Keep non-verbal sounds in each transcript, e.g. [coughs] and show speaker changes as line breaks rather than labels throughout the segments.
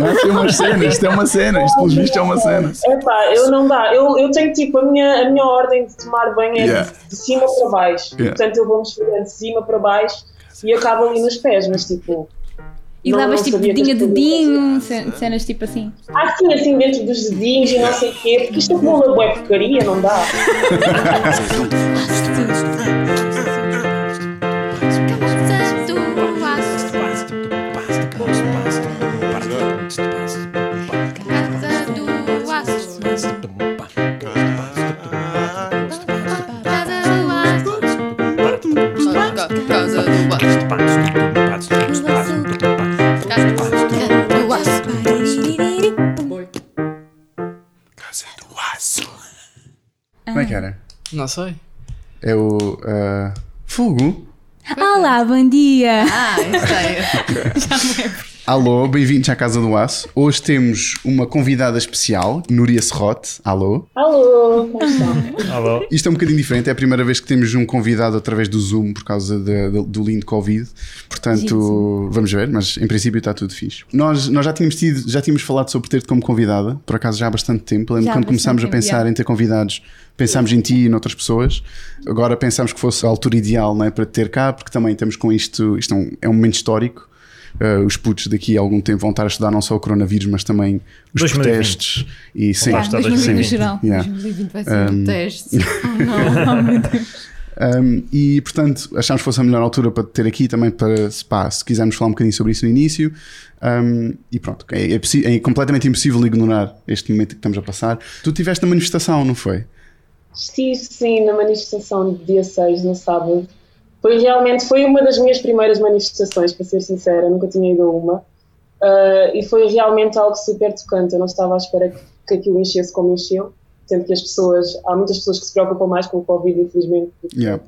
Não, é tem umas cenas, tem umas cenas, pelos vistos é uma cena.
Epá, eu não dá. Eu, eu tenho tipo, a minha, a minha ordem de tomar banho é
Yeah.
de cima para baixo.
Yeah.
Portanto, eu vou-me esfregando de cima para baixo e acabo ali nos pés, mas tipo.
E
não-
lavas
não
tipo
sabia que
dedinho
as
a
pessoas
dedinho, cen- cenas tipo assim.
Ah, sim, assim dentro dos dedinhos e não sei o quê, porque isto é como uma boa porcaria, não dá.
Casa do Vasco. Casa do Vasco.
Como é que era?
Não sei.
É o. ah, Fogo?
Olá, bom dia!
Ah, sei.
Alô, bem-vindos à Casa do Aço. Hoje temos uma convidada especial, Núria Serrote. Alô.
Alô, como estão?
Alô?
Isto é um bocadinho diferente, é a primeira vez que temos um convidado através do Zoom por causa da- do, do lindo Covid. Portanto, vamos ver, mas em princípio está tudo fixe. Nós, nós já, tínhamos tido, já tínhamos falado sobre ter-te como convidada, por acaso já há bastante tempo.
Já
Lembro
há
quando começámos a
bastante tempo,
pensar
já.
em ter convidados, pensámos em ti e noutras pessoas. Agora pensámos que fosse a altura ideal não é, para te ter cá, porque também estamos com isto, isto é um, é um momento histórico. Uh, os putos daqui a algum tempo vão estar a estudar não só o coronavírus, mas também os
2020.
protestos e um, sim,
estar
Ah,
está
2020 no
2020,
geral.
yeah.
2020 vai ser
[laughs]
um teste. Não.
Oh,
Um, e portanto achámos que fosse a melhor altura para te ter aqui também para se, pá, se quisermos falar um bocadinho sobre isso no início Um, e pronto é, é possi- é completamente impossível ignorar este momento que estamos a passar tu tiveste a manifestação não foi
Estive sim na manifestação de dia 6, no sábado. Foi realmente, foi uma das minhas primeiras manifestações, para ser sincera, nunca tinha ido a uma. Ah, e foi realmente algo super tocante, eu não estava à espera que, que aquilo enchesse como encheu, sendo que as pessoas, há muitas pessoas que se preocupam mais com o Covid, infelizmente, do que
yeah.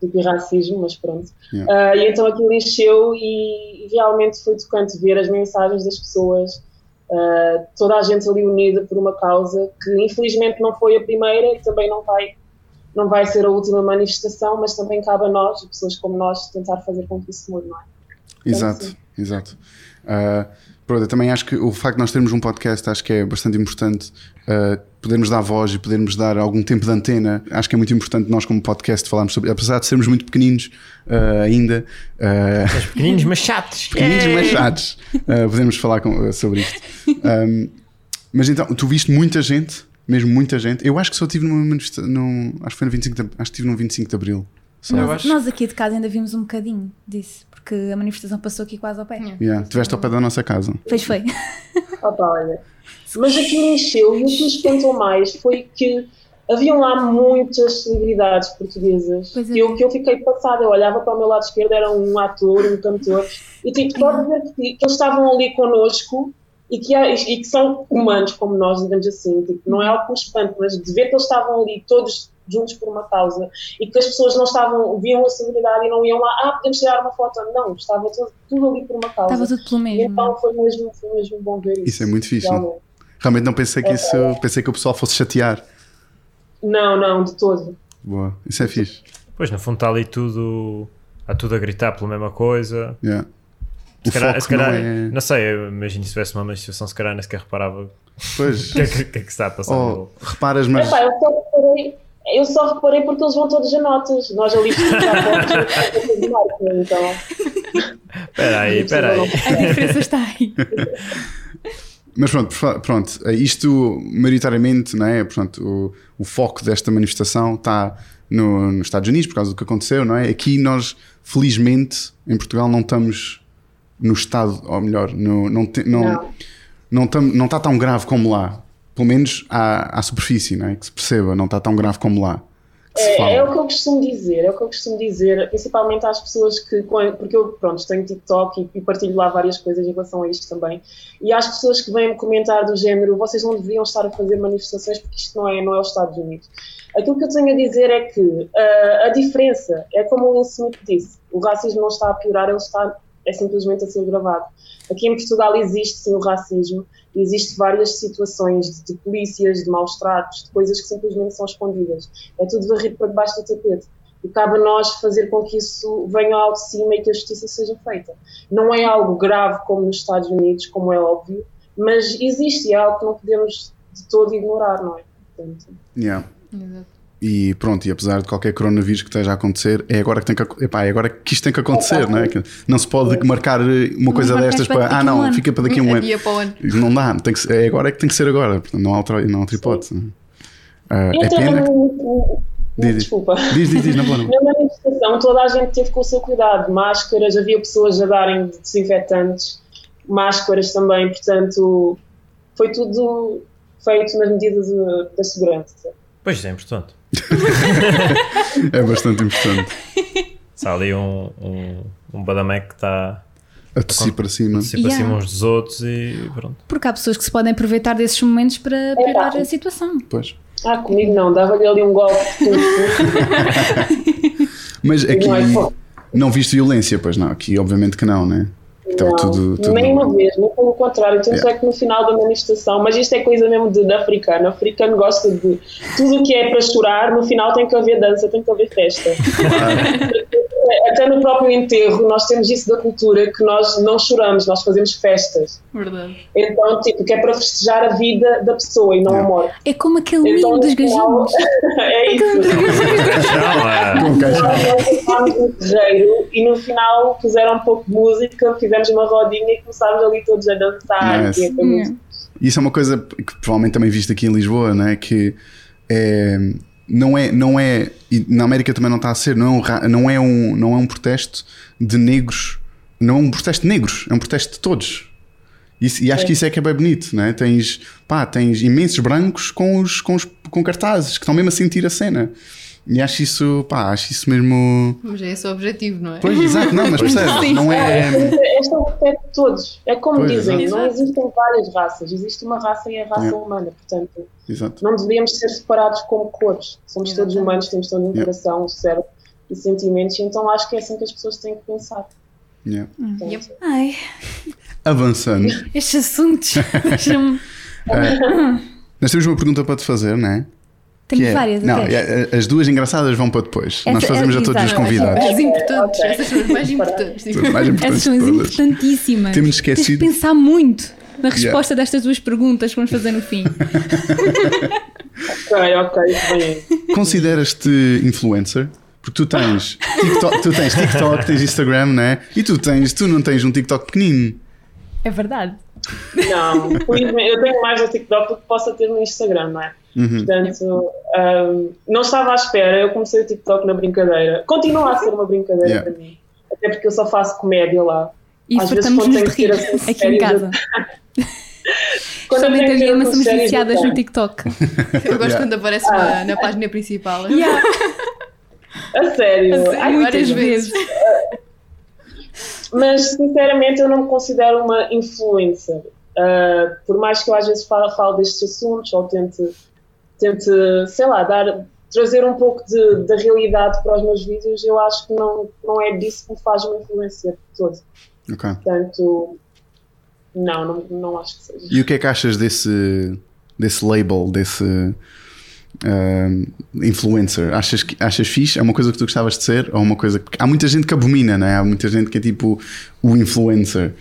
tipo racismo, mas pronto.
Yeah.
Ah, e então aquilo encheu e realmente foi tocante ver as mensagens das pessoas, ah, toda a gente ali unida por uma causa que infelizmente não foi a primeira e também não vai, não vai ser a última manifestação, mas também cabe a nós, e pessoas como nós, tentar fazer com que isso mude, não é?
exato
sim.
exato Uh, pronto, eu também acho que o facto de nós termos um podcast acho que é bastante importante uh, podermos dar voz e podermos dar algum tempo de antena acho que é muito importante nós como podcast falarmos sobre apesar de sermos muito pequeninos uh, ainda uh,
Os [laughs] pequeninos, mas chatos.
É.
pequeninos mas chatos. Uh, podemos falar com- uh, sobre isto. Um, mas então, tu viste muita gente, mesmo muita gente. Eu acho que só tive numa manifesta- num, acho que foi no 25 de, acho que tive num 25 de Abril. Só.
Eu acho.
Nós aqui de casa ainda vimos um bocadinho disso, porque a manifestação passou aqui quase ao pé.
Yeah, tiveste ao pé da nossa casa.
Pois foi.
Opa, Ah, olha. Mas aquilo encheu e o que me espantou mais foi que haviam lá muitas celebridades portuguesas.
Pois é.
que Eu, que eu fiquei passada, eu olhava para o meu lado esquerdo, era um ator, um cantor, e tipo, pode ver que, que eles estavam ali connosco e que, há- e que são humanos como nós, digamos assim. Tipo, não é algo que me espanta, mas de ver que eles estavam ali todos juntos por uma causa e que as pessoas não estavam, viam a celebridade e não iam lá, ah, podemos tirar uma foto. Não, estava tudo, tudo ali por uma causa.
Estava tudo pelo
E
mesmo.
então foi mesmo, foi mesmo bom ver isso. Então,
Isso é muito fixe,
realmente.
não? Realmente não pensei que isso, pensei que o pessoal fosse chatear.
Não, não, de todo.
Boa, isso é fixe.
Pois, no fundo está ali tudo. Há tudo a gritar pela mesma coisa.
Yeah. O
Se calhar,
foco
se calhar-
não é.
não sei, eu imagino se tivesse uma manifestação, se calhar nem sequer reparava o
Pois.
[laughs] que, é que- que é que está a passar.
Oh, reparas, mas.
Epá, eu, só reparei, eu só reparei porque eles vão todos a notas. Nós ali [laughs] precisávamos de então.
Espera aí, espera
[laughs]
aí.
A diferença está aí.
Mas pronto, fa- pronto, eh, isto maioritariamente, não é? Portanto, o, o foco desta manifestação está no, nos Estados Unidos por causa do que aconteceu, não é? Aqui nós, felizmente, em Portugal não estamos no estado, ou melhor, no- não, te- não, não.
Não.
tam- não está tão grave como lá. Pelo menos à, à superfície, não é? Que se perceba, não está tão grave como lá. Que se
É, é o
fala.
que eu costumo dizer, é o que eu costumo dizer, principalmente às pessoas que, com- porque eu, pronto, tenho TikTok e, e partilho lá várias coisas em relação a isto também, e às pessoas que vêm-me comentar do género, vocês não deveriam estar a fazer manifestações porque isto não é, não é os Estados Unidos. Aquilo que eu tenho a dizer é que ah, a diferença é como o Will Smith disse, o racismo não está a piorar, ele está, é simplesmente a ser gravado. Aqui em Portugal existe sim o racismo, existe várias situações de, de polícias, de maus tratos, de coisas que simplesmente são escondidas é tudo varrido para debaixo do tapete. E cabe a nós fazer com que isso venha ao de cima e que a justiça seja feita. Não é algo grave como nos Estados Unidos, como é óbvio, mas existe e é algo que não podemos de todo ignorar, não é? Portanto,
Yeah.
Exato.
E pronto, e apesar de qualquer coronavírus que esteja a acontecer, é agora que, tem que, ac- epá, é agora que isto tem que acontecer, não é? Que Não se pode marcar eh, uma coisa
marcar
destas para.
para daqui
Ah,
a um
não,
ano."
fica para daqui a um ano.
Ia É para o ano.
Não dá, tem que, ser- é agora que tem que ser agora, portanto, não há outra, não há outra hipótese. Ah, é
então,
pena. que-
o- o-
Diz, diz.
desculpa.
Diz, diz, diz, não pode.
Na manifestação, toda a gente teve com o seu cuidado, máscaras, havia pessoas a darem desinfetantes, máscaras também, portanto, foi tudo feito nas medidas eh, da segurança.
Pois é, importante.
É bastante importante.
Se há ali um, um, um Badamec que está
A tossir para cima.
sempre
Yeah.
acima uns dos outros e
[laughs]
pronto.
Porque há pessoas que se podem aproveitar desses momentos para piorar
claro.
a situação.
Pois.
Ah, comigo não, dava-lhe ali um golpe
[laughs]
de tudo,
Mas aqui
não é pouco.
não viste violência, pois não, aqui obviamente que não, né? Estava
Não,
tudo. tudo-
nem uma vez, nem pelo contrário, tanto
Yeah.
é que no final da manifestação, mas isto é coisa mesmo de, de africano, africano gosta de tudo o que é para chorar, no final tem que haver dança, tem que haver festa. [laughs] Até no próprio enterro, nós temos isso da cultura, que nós não choramos, nós fazemos festas.
Verdade.
Então, tipo, que é para festejar a vida da pessoa e não a
Yeah.
morte.
É como aquele
Então,
mimo
no
dos
final,
gajinhos.
[laughs] é isso.
Não, ah,
Com caixa.
Nós fomos no terreiro e no final puseram um pouco de música, fizemos uma rodinha e começámos ali todos a dançar.
Nice.
E a coisa.
Isso é uma coisa que provavelmente também viste aqui em Lisboa, não é? Que é, não é, não é, e na América também não está a ser, não é um, ra- não é um, não é um protesto de negros, não é um protesto de negros, é um protesto de todos. Isso- e acho que isso é que é bem bonito, não é? Tens, pá, tens imensos brancos com, os, com, os, com cartazes que estão mesmo a sentir a cena. E acho isso, pá, acho isso mesmo.
Mas é esse o objetivo, não é?
Pois, exato, não, mas percebes?
Sim.
Não é.
Este é o protesto de todos. É como
Pois,
dizem,
exato.
não existem várias raças, existe uma raça e é a raça
Yeah.
humana. Portanto,
Exato.
não deveríamos ser separados como cores. Somos todos
Exatamente.
humanos, temos todo um
Yeah.
coração, um cérebro e sentimentos. Então acho que é assim que as pessoas têm que pensar.
yeah.
Portanto,
Yep.
Ai,
Avançando.
estes assuntos. [laughs] deixam-me-
Nós temos uma pergunta para te fazer, não é?
Tenho
Que é-
várias
Não,
até.
é- é- as duas engraçadas vão para depois.
Essa-
Nós fazemos a
é-
todos os
exato,
convidados.
As importantes,
Ok.
essas são as
[laughs]
mais importantes. Tipo,
Tudo mais importante
Essas são as
de todas.
importantíssimas.
Temos
Tens de
esquecido.
pensar muito na
Yeah.
resposta destas duas perguntas que vamos fazer no fim.
Ok, ok, isso bem. é.
Consideras-te influencer? Porque tu tens TikTok, tu tens, TikTok tens Instagram, não é? E tu tens, tu não tens um TikTok pequenino.
É verdade.
Não, felizmente, eu tenho mais no TikTok do que possa ter no Instagram, não é? Portanto, ahm, não estava à espera. Eu comecei o TikTok na brincadeira. Continua a ser uma brincadeira
Yeah.
para mim. Até porque eu só faço comédia lá.
E
Às vezes
fartamos-nos
quando
de
tenho
rir
que ser assim
aqui em
sério,
casa.
Quando eu tenho
Somente a
que ter
Guilherme
umas
somos
séries, eu
viciadas no
tenho. [laughs]
TikTok.
Eu gosto
Yeah.
quando aparece na, na página principal.
A sério. Ai,
Muitas
várias vezes.
vezes.
Mas, sinceramente, eu não me considero uma influencer. Ah, por mais que eu às vezes fale, fale destes assuntos ou tente, tente sei lá, dar, trazer um pouco de, da realidade para os meus vídeos, eu acho que não, não é disso que me faz uma influencer de todo.
Ok.
Portanto, não, não, não acho que seja.
E o que é que achas desse, desse label, desse ahm, influencer? Achas, que, achas fixe? É uma coisa que tu gostavas de ser? Ou uma coisa que, há muita gente que abomina, não é? Há muita gente que é tipo o influencer.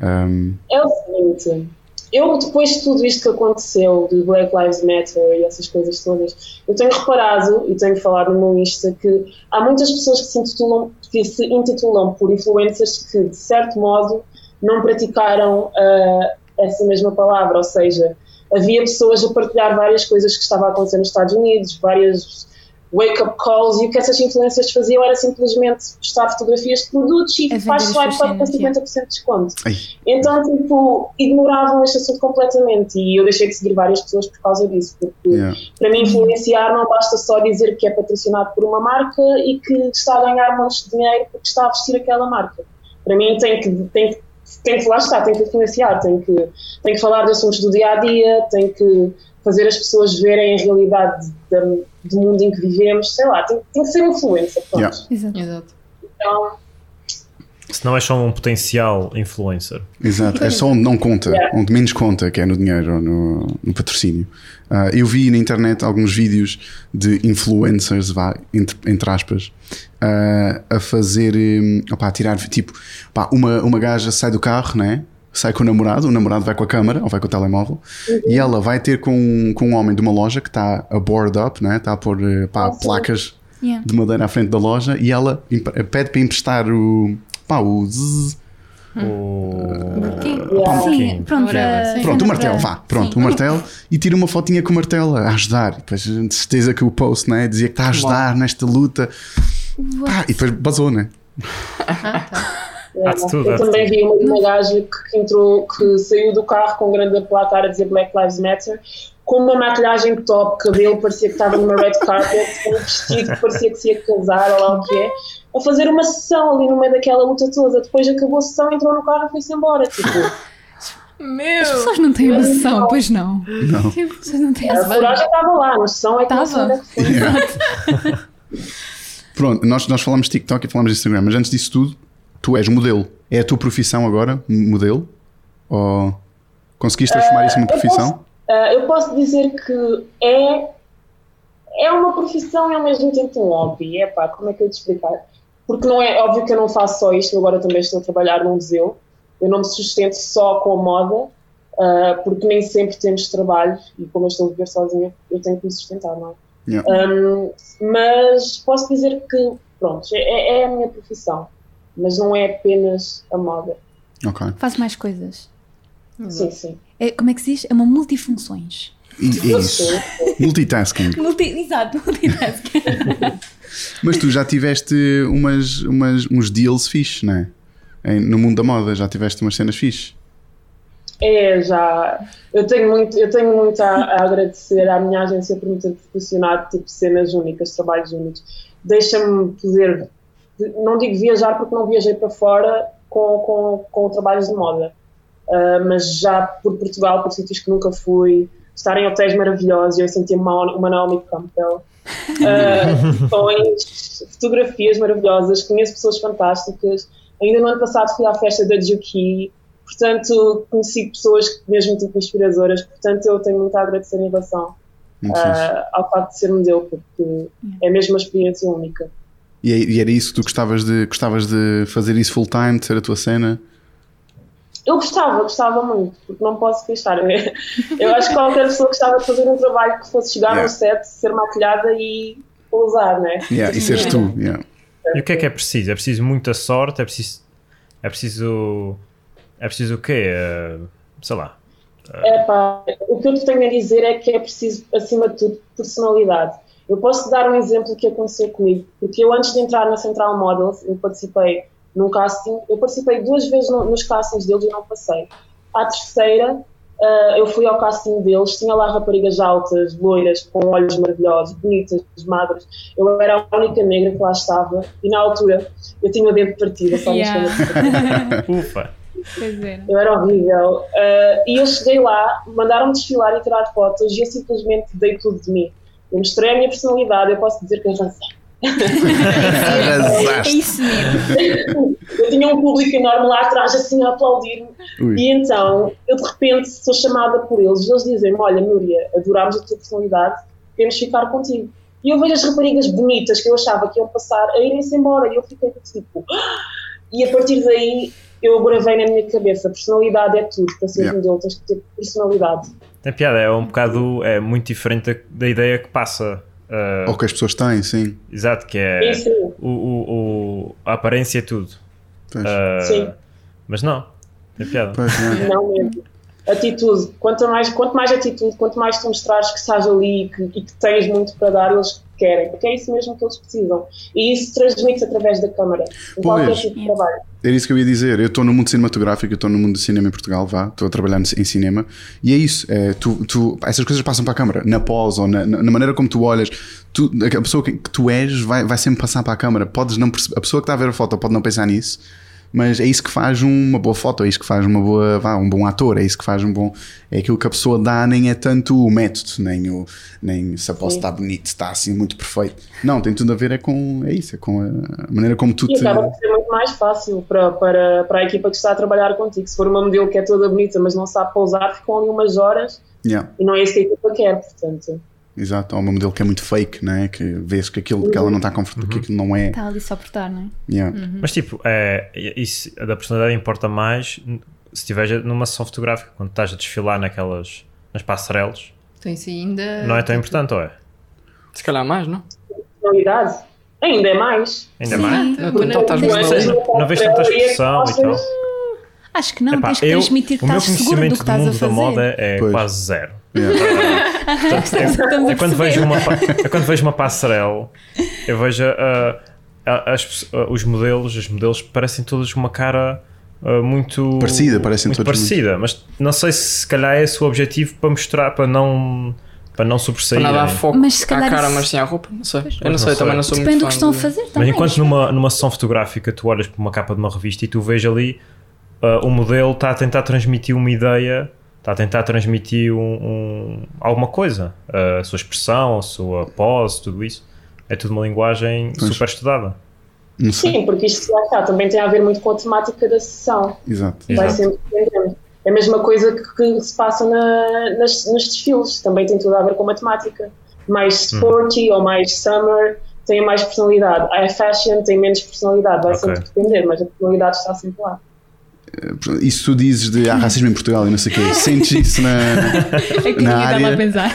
Ahm,
É o seguinte, eu depois de tudo isto que aconteceu, de Black Lives Matter e essas coisas todas, eu tenho reparado e tenho falado no meu Insta que há muitas pessoas que se intitulam, que se intitulam por influencers que, de certo modo, não praticaram ah, essa mesma palavra, ou seja, havia pessoas a partilhar várias coisas que estavam a acontecer nos Estados Unidos, várias wake-up calls, e o que essas influencers faziam era simplesmente postar fotografias de produtos e
A vender
faz
as
swipe
suas
up com
cenas,
50% de desconto.
ai,
Então, tipo, ignoravam este assunto completamente e eu deixei de seguir várias pessoas por causa disso, porque
yeah.
para mim influenciar não basta só dizer que é patrocinado por uma marca e que está a ganhar montes de dinheiro porque está a vestir aquela marca. Para mim tem que, tem que tem que lá estar, tem que influenciar, tem que, tem que falar de assuntos do dia a dia, tem que fazer as pessoas verem a realidade da- do mundo em que vivemos, sei lá, tem, tem que ser influência. pronto.
Yeah.
Exato.
Exato.
Então,
Se não é só um potencial influencer.
Exato, é só onde não conta, onde menos conta, que é no dinheiro ou no, no patrocínio. Ah, eu vi na internet alguns vídeos de influencers, vá, entre, entre aspas, ah, a fazer, hum, opá, a tirar, tipo, pá, uma, uma gaja sai do carro, né? Sai com o namorado, o namorado vai com a câmera ou vai com o telemóvel e ela vai ter com, um- com um homem de uma loja que está a board up, né? Está a pôr eh, pá,
Ah, sim.
placas
Yeah.
de madeira à frente da loja e ela imp- pede para emprestar o. pá, o. zzz.
O...
Sim,
Yeah.
sim, pronto.
Whatever,
a
É
sim.
cena
Pronto, o martelo,
da-
vá, pronto,
Sim.
o martelo e tira uma fotinha com o martelo a ajudar. E depois de certeza que o post né, dizia que está a ajudar nesta luta. Pá, e depois basou, né?
Há de Ah, tudo, há
eu
de
também vi uma, uma gaja que, que entrou, que saiu do carro com grande placa a dizer Black Lives Matter, com uma maquilhagem top, cabelo, parecia que estava numa red carpet, com um vestido que parecia que se ia casar, ou lá o que é, a fazer uma sessão ali no meio daquela luta toda. Depois acabou a sessão, entrou no carro e foi-se embora. Tipo,
As
Meu!
pessoas não têm
Eu- É
noção, pois não.
Não.
As pessoas não têm
a
noção.
coragem estava lá, mas sessão é que não sei
Tava.
onde é que foi.
Pronto, nós, nós falamos de TikTok e falamos de Instagram, mas antes disso tudo, tu és modelo. É a tua profissão agora, m- modelo? Ou conseguiste transformar isso numa
Eh, eu
profissão?
Ah, eu posso dizer que é, é uma profissão e ao mesmo tempo um hobby. Epá, como é que eu ia te explicar? Porque não é óbvio que eu não faço só isto, eu agora também estou a trabalhar num museu. Eu não me sustento só com a moda, ah, porque nem sempre temos trabalho e como eu estou a viver sozinha, eu tenho que me sustentar, não é?
Yeah.
Hum, mas posso dizer que, pronto, é, é a minha profissão, mas não é apenas a moda.
Ok.
Faz mais coisas.
Sim, sim.
É, como é que se diz? É uma multifunções.
E, é isso. Multitasking.
Multi, exato, multitask.
Mas tu já tiveste umas, umas, uns deals fixe, não é? Em- No mundo da moda, já tiveste umas cenas fixe.
É, já. Eu tenho muito, eu tenho muito a, a agradecer à minha agência por me ter proporcionado tipo, cenas únicas, trabalhos únicos. Deixa-me poder, não digo viajar porque não viajei para fora com, com, com trabalhos de moda, Ah, mas já por Portugal, por sítios que nunca fui, estar em hotéis maravilhosos, eu senti uma, uma Naomi Campbell. Ah, [laughs] questões, fotografias maravilhosas, conheço pessoas fantásticas. Ainda no ano passado fui à festa da Juki, portanto, conheci pessoas que mesmo tipo inspiradoras. Portanto, eu tenho muito a agradecer em relação
Muito fixe.
ah, ao facto de ser modelo, porque é mesmo uma experiência única.
E, é- e era isso que tu gostavas de, gostavas de fazer isso full time, de ser a tua cena?
Eu gostava, gostava muito, porque não posso queixar. né? [laughs] Eu acho que qualquer pessoa gostava de fazer um trabalho que fosse chegar
Yeah.
no set, ser maquilhada e pousar, né?
Yeah, e seres tu. yeah.
E o que é que é preciso? É preciso muita sorte, é preciso. É preciso. É preciso o quê? Eh, sei lá.
Epá, o que eu te tenho a dizer é que é preciso, acima de tudo, personalidade. Eu posso te dar um exemplo que aconteceu comigo, porque eu antes de entrar na Central Models, eu participei num casting, eu participei duas vezes no- nos castings deles e não passei. À terceira, ah, eu fui ao casting deles, tinha lá raparigas altas, loiras, com olhos maravilhosos, bonitas, magras. Eu era a única negra que lá estava e na altura eu tinha o dedo partido, é só nas
Yeah.
cabeças.
É.
Ufa!
Pois era.
Eu era horrível. Ah, e eu cheguei lá, mandaram-me desfilar e tirar fotos e eu simplesmente dei tudo de mim. Eu mostrei a minha personalidade, eu posso dizer que arrasei.
É
Arrasaste.
isso mesmo.
Eu tinha um público enorme lá atrás, assim, a aplaudir-me.
Ui.
E então, eu de repente sou chamada por eles e eles dizem-me: Olha, Núria, adorámos a tua personalidade, queremos ficar contigo. E eu vejo as raparigas bonitas que eu achava que iam passar a irem-se embora e eu fiquei tipo. "Ah!" E a partir daí eu gravei na minha cabeça: personalidade é tudo, para seres
Yeah.
modelo tens que ter personalidade.
Tem piada, é um bocado. É muito diferente da, da ideia que passa. eh,
Ou que as pessoas têm, sim.
Exato, que é.
Isso, sim.
O, o, o- a aparência é tudo.
Pois,
Eh,
Sim.
Mas não. Tem piada.
pois, é.
não mesmo. Atitude. Quanto mais, quanto mais atitude, quanto mais tu mostrares que estás ali e que, e que tens muito para dar, eles querem, porque é isso mesmo que eles precisam. E isso transmite-se através da câmara, em qualquer
Pois.
tipo de trabalho.
Era isso que eu ia dizer. Eu estou no mundo cinematográfico, eu estou no mundo do cinema em Portugal, vá, estou a trabalhar no- em cinema e é isso. É, tu, tu- essas coisas passam para a câmara, na pose ou na, na- na maneira como tu olhas. Tu, a pessoa que, que tu és vai, vai sempre passar para a câmara. Podes não perce- a pessoa que está a ver a foto pode não pensar nisso, mas é isso que faz uma boa foto, é isso que faz uma boa, vá, um bom ator, é isso que faz um bom. É aquilo que a pessoa dá, nem é tanto o método, nem, o, nem se a posse
Sim.
está bonito, está assim muito perfeito. Não, tem tudo a ver é com é isso, é com a a maneira como tu
E
te.
acaba por ser muito mais fácil para, para, para a equipa que está a trabalhar contigo. Se for uma modelo que é toda bonita, mas não sabe pousar, ficam ali umas horas
Yeah.
e não é isso que a equipa quer, portanto.
Exato, ou uma modelo que é muito fake, né? que vês que aquilo que ela não está confortável, que aquilo não é.
Está Tá ali só por estar, não é?
Yeah.
Mas tipo, é, isso da personalidade importa mais se estiveres numa sessão fotográfica, quando estás a desfilar naquelas nas passarelas,
Então isso ainda.
não é
tipo-
tão importante, ou é?
Se calhar mais, não?
Personalidade, ainda é mais. é
Ainda
Sim.
mais.
Não,
Quando
não,
estás
não.
numa
Não sei,
linha.
não, não vejo tanta expressão e tal.
Acho que não,
Epá,
tens que
eu-
transmitir que
o meu
estás seguro do
conhecimento
que estás
do
a
mundo da moda
fazer.
é
Pois.
quase
[laughs]
zero.
Yeah.
Estamos
É
a
quando,
perceber.
vejo uma, pa- é quando vejo uma passarela, eu vejo ah, ah, as pesso- ah, os modelos, os modelos parecem todos uma cara ah, muito
Parecida, parecem
muito
todos
parecida, mas não sei se se calhar é esse o objetivo para mostrar, para não para não sobressair.
Para nada há foco
Mas se calhar
à cara,
isso-
mas sim à roupa. Não sei. Eu
não
não sei,
sei.
também não sou
Depende do que
muito fã
estão a
de-
fazer
Mas
também.
É
enquanto numa, numa sessão fotográfica tu olhas para uma capa de uma revista e tu vês ali ah, o modelo está a tentar transmitir uma ideia, está a tentar transmitir um, um- alguma coisa, Ah, a sua expressão, a sua pose, tudo isso. É tudo uma linguagem
Pois.
super estudada.
Não sei.
Sim, porque isto lá está, também tem a ver muito com a temática da sessão.
Exato.
Vai
Exato.
sempre dependendo. É a mesma coisa que, que se passa na- nas- nos desfiles, também tem tudo a ver com a temática. Mais
Uhum.
sporty ou mais summer tem mais personalidade. A fashion tem menos personalidade, vai
Ok.
sempre depender, mas a personalidade está sempre lá.
Isso tu dizes de há racismo em Portugal e não sei o quê. Sentes isso na.
É que
Na
ninguém estava
área.
a pensar.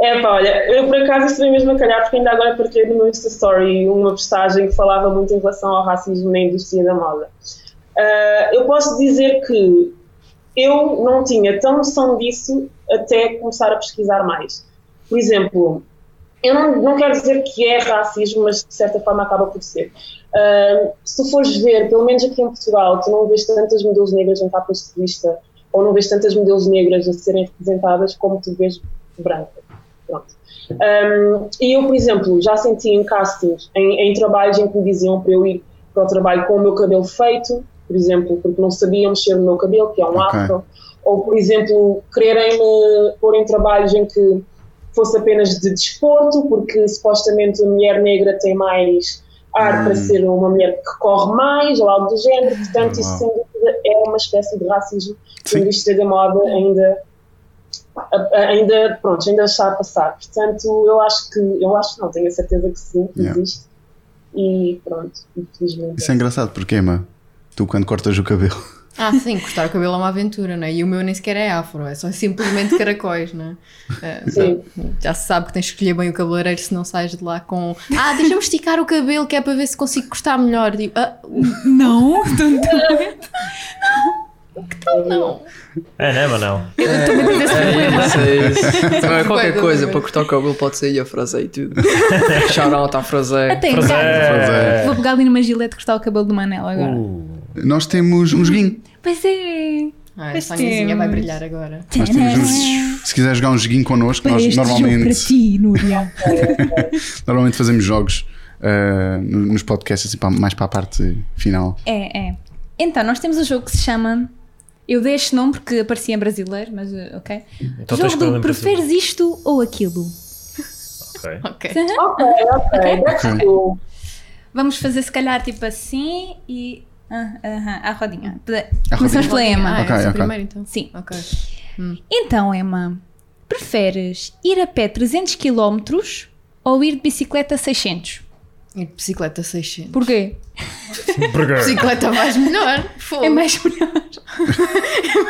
É pá, olha, eu por acaso isto vem mesmo a calhar, porque ainda agora partilhei no meu Insta Story uma postagem que falava muito em relação ao racismo na indústria da moda. Ah, eu posso dizer que eu não tinha tão noção disso até começar a pesquisar mais. Por exemplo, eu não, não quero dizer que é racismo, mas de certa forma acaba por ser. Ah, se tu fores ver, pelo menos aqui em Portugal, tu não vês tantas modelos negras em capas de revista, ou não vês tantas modelos negras a serem representadas como tu vês brancas. Pronto. Um, e eu, por exemplo, já senti em castings, em, em trabalhos em que me diziam para eu ir para o trabalho com o meu cabelo feito, por exemplo, porque não sabiam mexer no meu cabelo, que é um
Ok.
afro, ou, por exemplo, quererem-me pôr em trabalhos em que fosse apenas de desporto, porque supostamente a mulher negra tem mais ar
Hum.
para ser uma mulher que corre mais, ou algo do género, portanto, isso
Uau.
sem dúvida é uma espécie de racismo que a
Hum. Sim.
indústria da moda ainda a- a- ainda, pronto, ainda está a passar. Portanto, eu acho que, eu acho não, tenho a certeza que sim, que
Yeah.
existe. E pronto, infelizmente.
Isso é engraçado, porque, mano, tu quando cortas o cabelo.
Ah, sim, cortar o cabelo é uma aventura, não é? E o meu nem sequer é afro, é só simplesmente caracóis, não é? Ah,
Sim.
Já se sabe que tens de escolher bem o cabeleireiro se não sais de lá com Ah, deixa-me esticar o cabelo que é para ver se consigo cortar melhor. Digo, ah,
[laughs] Não, Então,
[laughs]
tanto.
não.
É, né, Manel?
[laughs] É isso, é
[laughs]
isso. Não é qualquer
Coisa,
coisa,
coisa.
para cortar o cabelo pode sair a frase
[laughs]
e tudo. Shout out à frase.
Até em
[laughs] Pois
casa.
é.
Vou pegar ali numa gilete e cortar o cabelo do Manel agora.
Uh,
Nós temos um joguinho.
Pois é.
Ah, a
Pois
Soniazinha vai
temos.
brilhar agora.
Nós temos um- se quiser jogar um joguinho connosco,
Para
nós
este jogo para
normalmente.
ti, Núria.
Normalmente fazemos jogos ah, no- nos podcasts, assim, para- mais para a parte final.
É, é. Então, nós temos um jogo que se chama. Eu dei este nome porque parecia em brasileiro, mas eh, ok.
Então tens que
jogo
falar
do
em
preferes isto ou aquilo?
ok.
Ok.
Ok, ok, that's
Ok.
cool.
Vamos fazer se calhar tipo assim e. é. Ah, aham, à rodinha. Pe-
À
Começamos
rodinha.
pela Emma.
Ah,
Ok,
eu sou
ok.
primeiro então.
Sim.
Ok.
Então, Emma, preferes ir a pé 300 km ou ir de bicicleta 600?
E de bicicleta 600.
Porquê?
[laughs] Burger.
Bicicleta vais melhor. [laughs] Fogo.
É mais melhor.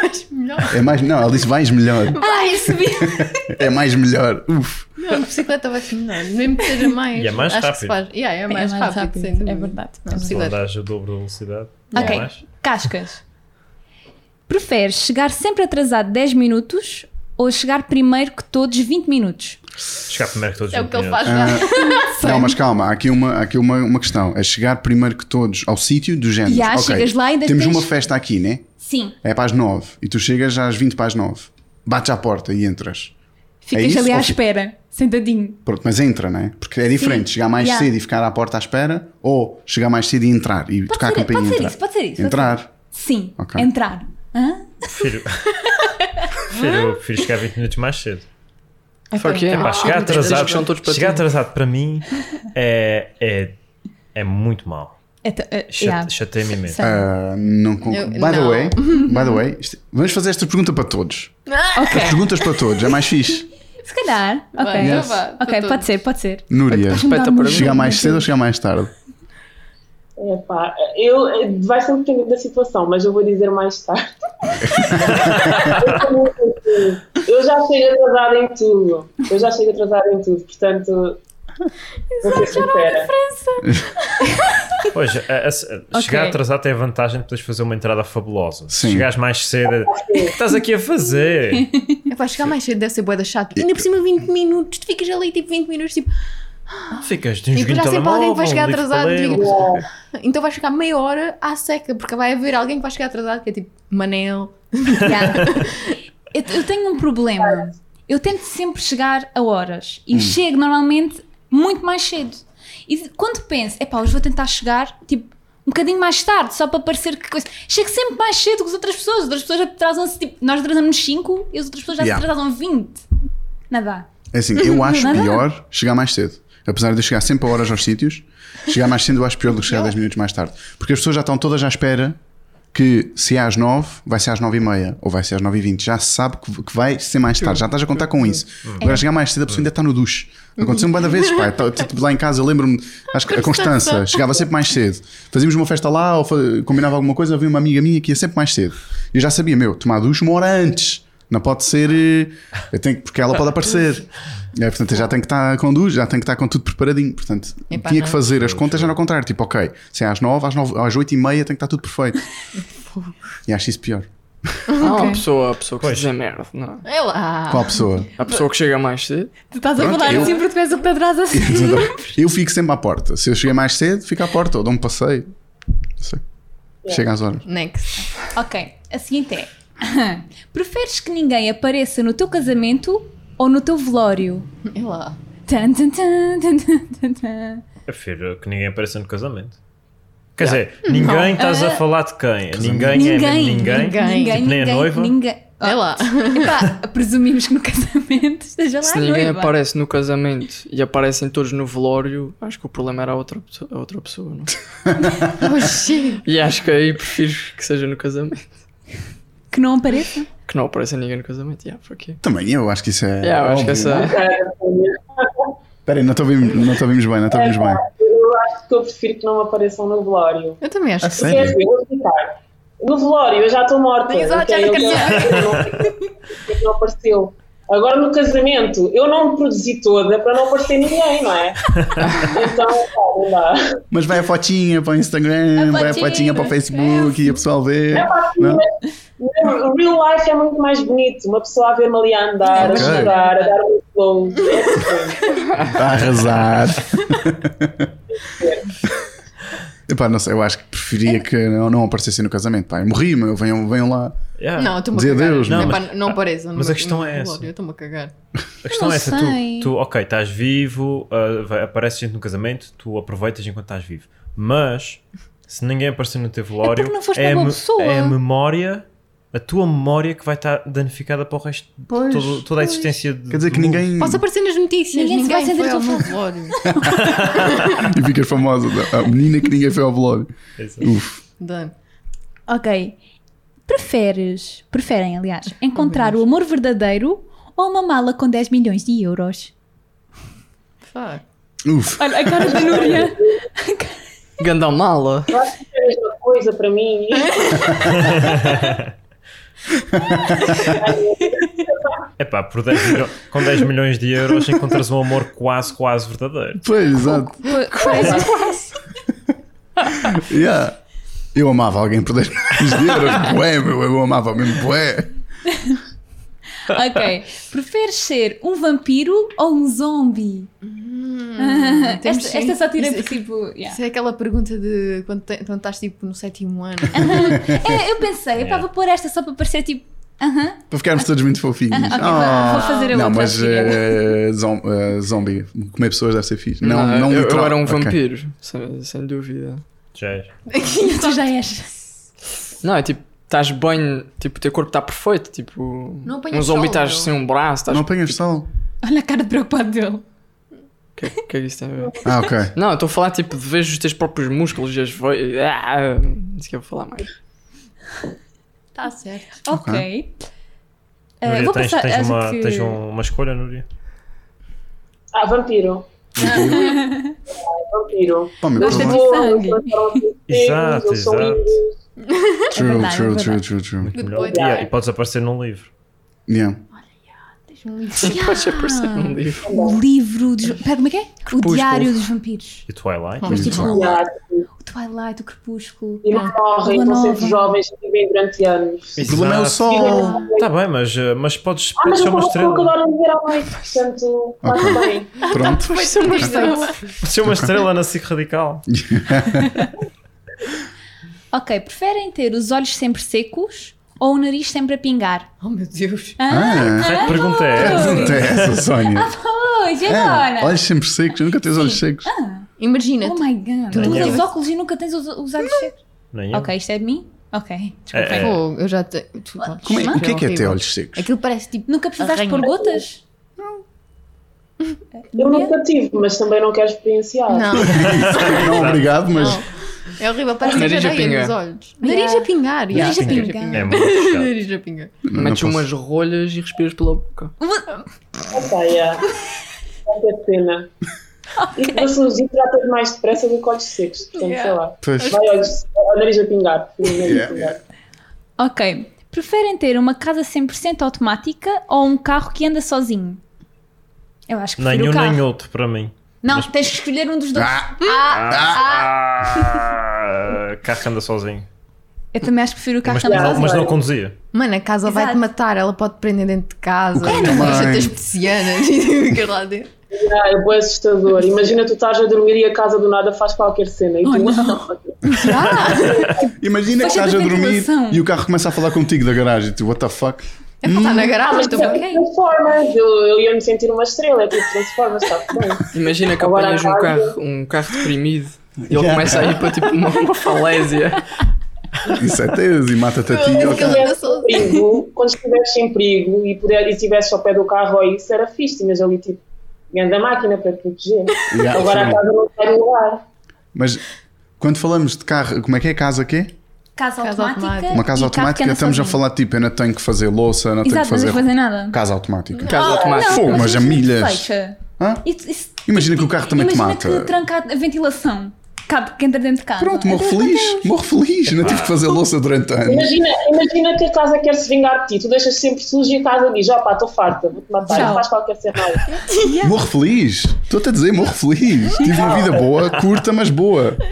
mais melhor.
É mais. Não, ela disse mais melhor.
Ai, subi.
[laughs] É mais melhor. Uf.
[laughs] Não, de bicicleta vai ser melhor. Mesmo que seja mais.
E é mais
acho que
rápido.
se faz- Yeah, é mais rápido, sem dúvida.
É verdade.
Não,
Se
bicicleta.
andares o dobro da velocidade.
Ok,
não mais.
cascas. [laughs] Preferes chegar sempre atrasado 10 minutos ou chegar primeiro que todos 20 minutos?
Chegar primeiro que todos
É o
os
que ele
minutos.
faz. lá.
Não, mas calma, há aqui, uma, há aqui uma, uma questão. É chegar primeiro que todos ao sítio do género.
Ya,
Ok,
chegas lá e ainda
Temos
tens-
uma festa aqui, né?
Sim.
É para as 9 e tu chegas às 20 para as 9. Bates à porta e entras.
Ficas
isso
ali
ou
à
fica-
espera, sentadinho.
Pronto, mas entra, né? Porque é diferente chegar mais
yeah.
cedo e ficar à porta à espera ou chegar mais cedo e entrar e tocar
ser-
a campainha
pode
e
ser
entrar.
isso, pode ser isso, pode
Entrar.
Sim,
Ok.
entrar. Hã?
Prefiro, [laughs] prefiro, prefiro chegar 20 minutos mais cedo.
Fuck
É
yeah.
pá, chegar
Ah, desde
atrasado,
que são todos para
chegar
ti.
atrasado para mim é, é, é muito mal.
Então, eh, yeah.
Chatei-me imenso.
Sei.
Ah, não con-
Eu-
by, The
não.
way, by the way, isto- é- vamos fazer esta pergunta para todos.
Ah!
Ok,
Perguntas para todos, é mais
[laughs]
fixe.
se calhar. Ok,
Vai, então vá,
ok,
para
pode
todos.
ser, pode ser.
Núria,
Respeita a pergunta.
chegar mais cedo ou chegar mais tarde?
Epá, eu, eh, vai sempre depender da situação, mas eu vou dizer mais
[laughs]
tarde. eu, sou muito assim. Eu já chego atrasada em tudo. Eu já chego atrasada em tudo, portanto. Vou ser sincera.
Hoje, a- a- a- chegar atrasado tem a vantagem de poderes fazer uma entrada fabulosa. Se
Sim.
chegares mais cedo, é, o que estás aqui
[laughs]
a fazer?
[laughs] É pá, chegar mais cedo deve ser bué da chato. Ainda por cima 20 minutos, tu ficas ali tipo 20 minutos, tipo,
Ficas de um
E
joguinho
depois há
de
sempre
telemóvel,
alguém que vai chegar
um livro para
atrasado
ler,
e-
uma coisa qualquer.
então vais ficar meia hora à seca, porque vai haver alguém que vai chegar atrasado, que é tipo, Manel.
Yeah. [laughs] eu, eu tenho um problema. Eu tento sempre chegar a horas e chego normalmente muito mais cedo. E quando penso, epá, hoje vou tentar chegar tipo um bocadinho mais tarde, só para parecer que coisa. Chego sempre mais cedo que as outras pessoas. As outras pessoas atrasam-se, tipo, nós atrasamos 5 e as outras pessoas já
Yeah.
se atrasam 20. Nada.
É assim, eu acho
Nada.
pior chegar mais cedo. Apesar de eu chegar sempre a horas aos sítios, chegar mais cedo eu acho pior do que chegar 10 minutos mais tarde. Porque as pessoas já estão todas à espera que se é às 9, vai ser às 9 e meia ou vai ser às 9 e 20. Já se sabe que, que vai ser mais tarde, já estás a contar com isso. Agora chegar mais cedo a pessoa ainda está no duche. Aconteceu-me várias vezes, pá. Tá- tipo, lá em casa eu lembro-me, acho que a Constança chegava sempre mais cedo. Fazíamos uma festa lá ou fa- combinava alguma coisa, havia uma amiga minha que ia sempre mais cedo. E eu já sabia, meu, tomar duche uma hora antes. Não pode ser. eh, Eu tenho, que- porque ela pode aparecer. É, portanto, eu já tenho que estar com duas, já tenho que estar com tudo preparadinho. Portanto,
Epá,
tinha que
não.
fazer as contas, já era ao contrário. Tipo, ok, se é às nove, às, nove, às oito e meia tem que estar tudo perfeito. e acho isso pior.
Não, a pessoa, a pessoa que
Pois.
diz a merda, não.
É lá.
Qual pessoa?
A pessoa que chega mais cedo.
Tu estás
Pronto,
a falar
eu-
assim porque tu és o que te atrasa assim.
eu fico sempre à porta. Se eu cheguei mais cedo, fico à porta, ou dou um passeio. Não sei. Chega às horas.
Next.
Ok, a seguinte é: [coughs] preferes que ninguém apareça no teu casamento ou no teu velório?
É lá.
Tan, tan, tan, tan, tan, tan, tan.
Eu prefiro que ninguém apareça no casamento. Quer dizer, ninguém estás a falar de quem? Ninguém, é
Ninguém.
mesmo ninguém.
Ah. Ninguém.
Tipo, nem a noiva?
ninguém. Oh,
É lá.
epá, presumimos que no [laughs] casamento
é
esteja lá
Se
a
ninguém
noiva.
aparece no casamento e aparecem todos no velório, acho que o problema era a outra, pessoa- a outra pessoa,
[laughs]
não?
Ah. Oxi.
E acho que aí prefiro que seja no casamento.
Que não apareça?
Que não apareça ninguém no casamento, yeah, fuck yeah.
Também eu acho que isso é.
Yeah, eu acho que
óbvio, não é?
essa.
Espera aí, não te ouvimos, não te ouvimos bem, não te ouvimos bem.
Eu acho que eu prefiro que não me apareçam no velório.
Eu também acho
A
que sim.
Porque
sério?
assim, eu vou explicar. No velório eu já estou morta.
Exato,
ok?
já não
Eu é não- não apareceu. Agora no casamento, eu não me produzi toda para não aparecer ninguém, não é? Então, pá, não dá.
Mas vai a fotinha para o Instagram,
A
vai a
fotinha.
fotinha para o Facebook e a pessoa vê. Não?
O real life é muito mais bonito. Uma pessoa a ver-me ali a andar,
Ok.
a chorar, a dar um flow.
Está a arrasar. Epá, não sei, eu acho que preferia que não, não aparecessem no casamento. Pá, eu morri, meu, venham, venham lá.
Yeah.
Não, eu estou-me a
Dizer
cagar.
adeus,
não,
não,
Epá, não apareçam.
mas
no-
a questão
no
é
velório,
essa.
Eu estou-me a cagar.
A questão
Não
é essa,
sei.
tu, tu, ok, estás vivo, uh, vai- aparece gente no casamento, tu aproveitas enquanto estás vivo. Mas, se ninguém aparecer no teu velório,
porque não foste
é,
uma
a
boa
me-
pessoa.
é a memória, a tua memória que vai estar danificada para o resto, de todo- toda a existência de,
Quer dizer
do
que
mundo.
ninguém.
Posso aparecer nas notícias.
Ninguém
Ninguém,
se vai sentir
foi ao meu
tão
velório.
[laughs] E ficas famosa. A menina que ninguém foi ao velório.
Exato.
Uf.
Done.
Ok. Preferes, preferem, aliás, encontrar o amor verdadeiro ou uma mala com 10 milhões de euros?
Fuck.
Uf.
Olha, a cara da Núria.
é?
Ganda mala.
Eu acho que é a mesma coisa para mim.
Epá, por 10 milho- [laughs] com 10 milhões de euros encontras um amor quase, quase verdadeiro.
Pois, exato. Yeah. Eu amava alguém por 10 milhões de euros. [laughs] Bué, meu, eu amava mesmo. Bué.
ok. Preferes ser um vampiro ou um zombie?
Hum, temos
Uhum. esta, esta só tira
sim.
por tipo. yeah.
Isso é aquela pergunta de [laughs] quando, te- quando estás tipo no sétimo ano.
É, eu pensei, eu
Yeah.
estava a pôr esta só para parecer tipo. Aham.
Para ficarmos todos muito fofinhos.
[laughs] vou- vou
Ah.
fazer a
não,
outra
mas
filha.
eh, zom- eh, zombie, comer pessoas deve ser fixe. Não, não,
eu, eu
literal.
era um
Ok.
vampiro, sem, sem dúvida.
Já és.
[laughs] tu já és.
Não, é tipo, estás bem, tipo, o teu corpo está perfeito, tipo.
Não apanhas
um zombi
sol,
estás
meu.
sem um braço, estás.
Não apanhas sol?
Olha a cara de preocupado dele.
O que, que é que isso tem a ver?
Ah, ok.
[laughs]
Não, eu estou a falar tipo de vejo os teus próprios músculos e as veias. Ah, não sei o que eu vou falar mais.
Está Tá certo.
Ok. Eh,
Núria, tens, tens
acho
uma,
que-
tens um- uma escolha, Núria?
Ah, vampiro. vampiro.
Pá, meu,
Gosta
por lá.
de sangue.
É,
Exato, exato.
True,
verdade, é
true, true,
verdade.
true, true.
Muito
Good
melhor.
boy.
E, e podes aparecer num livro.
Yeah.
[laughs] Podes aparecer num um livro.
O livro dos. Pera, como é que é? O
Crepúsculo.
Diário dos Vampiros.
E é Twilight.
Mas
Mas tipo,
Muito
o Twilight, o Crepúsculo.
E
pá,
morrem, estão
Lua Ah, Nova. Ah.
sempre jovens e vivem durante anos.
O problema é o
Exato.
sol.
Tá bem, mas, eh, mas podes,
Ah,
podes
mas
ser
eu
uma
vou que
estrela.
agora viver à noite, portanto, está tudo bem.
Tá,
Pronto.
Podes ser uma estrela na SIC Radical.
Ok, preferem ter os olhos sempre secos ou o nariz sempre a pingar?
Oh meu Deus.
Ah,
A pergunta
que
é:
pergunta é essa,
[laughs]
Sónia?
Pois, Ah, e agora?
É, olhos sempre secos, nunca tens olhos secos.
Imagina.
Oh
tu-
my god. Tu
Não.
usas óculos e nunca tens os, os olhos secos.
Nem eu.
Ok, isto é de mim? Ok. Desculpa.
É.
Fogo, eu já te... tu- olhos
Como é- o que é que é ter
horrível.
olhos secos?
Aquilo parece tipo.
Nunca precisaste
Arranha.
pôr gotas?
Eu nunca tive, mas também não quero experienciar.
Não,
Não, obrigado, mas
não. É horrível, parece
Nariz
ter
a
areia
pingar.
nos olhos. Nariz a pingar, yeah.
Nariz a
Nariz
pingar.
É muito chato.
Nariz a pingar.
não, É, não
Metes
posso.
umas rolhas e respiras pela boca.
Ok, yeah. Essa é a é.
[laughs]
cena. E para surgir trata de mais depressa do que olhos secos. Portanto,
Yeah.
sei lá.
Pois.
Vai olhos, olha o nariz a pingar. prefiro o nariz a
Yeah,
pingar.
Ok. Preferem ter uma casa 100% automática ou um carro que anda sozinho? Eu acho que
Nem
prefiro
um
o carro.
nem outro para mim.
Não, tens que escolher um dos dois.
Ah,
Ah, ah, carro que anda sozinho.
Eu também acho que prefiro o carro
Mas,
que anda
também-
não,
sozinho.
mas não conduzia.
Mano, a casa
Exato.
vai-te matar, ela pode te prender dentro de casa.
É,
É,
não
não
vai.
das persianas e fica lá dentro.
Ah, é bem assustador. Imagina tu estás a dormir e a casa do nada faz qualquer cena. E tu, assim,
Imagina que
Fecha
estás a
da
dormir
ventilação.
e o carro começa a falar contigo da garagem. Tu, what the fuck?
É para estar na
Ah,
garagem
mas
também. é
também transformas. Eu, eu ia me sentir uma estrela. É tipo, transformas, está tudo bem.
Imagina que
Agora
apanhas
a
um
rádio-
carro, um carro deprimido e ele
Yeah.
começa a ir para tipo uma, uma falésia.
Isso é teso e mata-te a ti.
Quando
ok.
Aquela-
estivesse em perigo, quando estivesse em perigo e, puder, e estivesse ao pé do carro, aí isso era fixe. Tinhas ali tipo, grande máquina para te proteger.
Yeah,
Agora
Ah, sim.
a casa não sai do lugar.
Mas quando falamos de carro, como é que é casa quê?
Casa
Casa
automática.
automática.
Uma casa
e carro que
automática,
anda
estamos a
sozinho.
falar tipo, eu não tenho que fazer louça, eu não tenho
Exato,
que
não tens
fazer.
que fazer nada. Ah,
Casa automática.
Caso automático.
Fogo, mas a
isso é
milhas.
fecha.
Hã?
Isso- isso-
Imagina que o carro também te
imagina
mata.
que tranca a ventilação. Cabe que entra dentro de casa.
Pronto, morro
Então,
feliz, morro feliz. Não tive que fazer
[laughs]
louça durante anos.
Imagina, imagina que a casa quer se vingar de ti. Tu deixas sempre sujo e a casa diz: ó pá, estou farta, vou-te matar.
Tchau.
E faz qualquer cena. aí.
Morro feliz. Estou-te a dizer, morro feliz. Tive uma vida boa, curta, mas boa.
Mas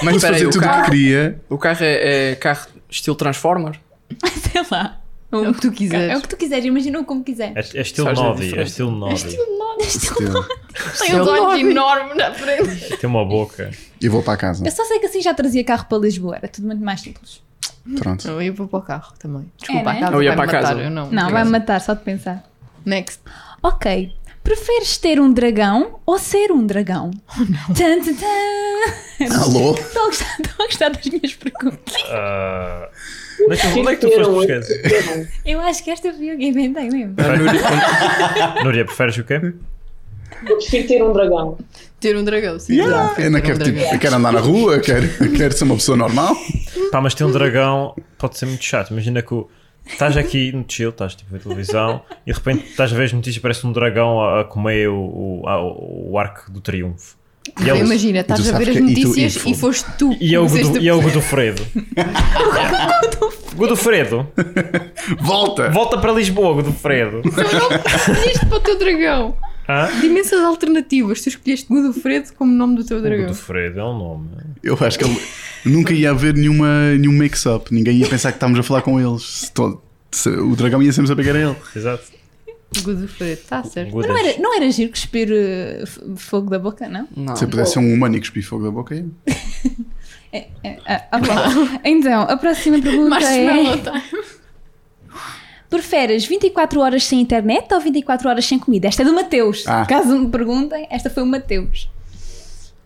Pude
espera aí,
fazer
o
tudo o que
carro,
queria.
o carro é, é carro estilo Transformer?
[laughs] Sei lá.
É o que tu
É
quiseres.
o que tu quiseres, imagina como quiseres.
É, é estilo
Sabes a
9, é
diferença?
estilo 9.
Tem uns olhos enormes na frente.
Tem É uma boca.
E vou para a casa.
Eu só sei que assim já trazia carro para Lisboa, era tudo muito mais simples.
Pronto.
Não, eu vou para o carro também. Desculpa,
né?
a casa
Eu ia
vai
para a
matar,
casa.
eu não.
Não, vai-me matar só de pensar.
Next.
Ok. Preferes ter um dragão ou ser um dragão? Oh, não. Tan, tan, tan.
Alô?
Estou a gostar- estou a gostar das minhas perguntas.
Ah, onde é que- onde é que tu
Ter um-
foste buscar?
ter um.
Eu acho que esta foi eu que inventei mesmo.
A Núria-
Núria, preferes o quê?
Eu prefiro ter um dragão.
Ter um dragão, sim.
Yeah,
Ter
eu não
um
quero, tipo,
dragão.
eu quero andar na rua, eu quero, eu quero ser uma pessoa normal.
Pá, mas ter um dragão pode ser muito chato. Imagina que o- estás aqui no chill, estás tipo a ver televisão e de repente estás a ver as notícias e parece um dragão a, a comer o, o, a- o arco do triunfo. E é o,
Imagina,
E tu
estás a
sabes
ver as
que- e tu-
notícias
e
e,
fogo.
foste tu.
[laughs] e é o,
Dizeste-
Godo, e é
[laughs]
o Godofredo. Godofredo,
Volta!
volta para Lisboa, Godofredo.
Escolheste para o teu dragão.
Hã?
De imensas alternativas. Tu escolheste Godofredo como nome do teu dragão.
Godofredo é um nome.
Eu acho que ele nunca ia haver nenhuma, nenhum mix-up. Ninguém ia pensar que estávamos a falar com eles. Se to- se o dragão ia sempre saber que era ele.
Exato.
Godofredo, está certo.
Mas não era, não era giro cuspir eh, f- fogo da boca, não?
Não.
Se eu pudesse ser um humano e cuspir fogo da boca, ia.
Ah, ah, ok. Então, a próxima pergunta
Mas
é:
não, tá.
Preferes 24 horas sem internet ou 24 horas sem comida? Esta é do Mateus.
Ah.
Caso me perguntem, esta foi o Mateus.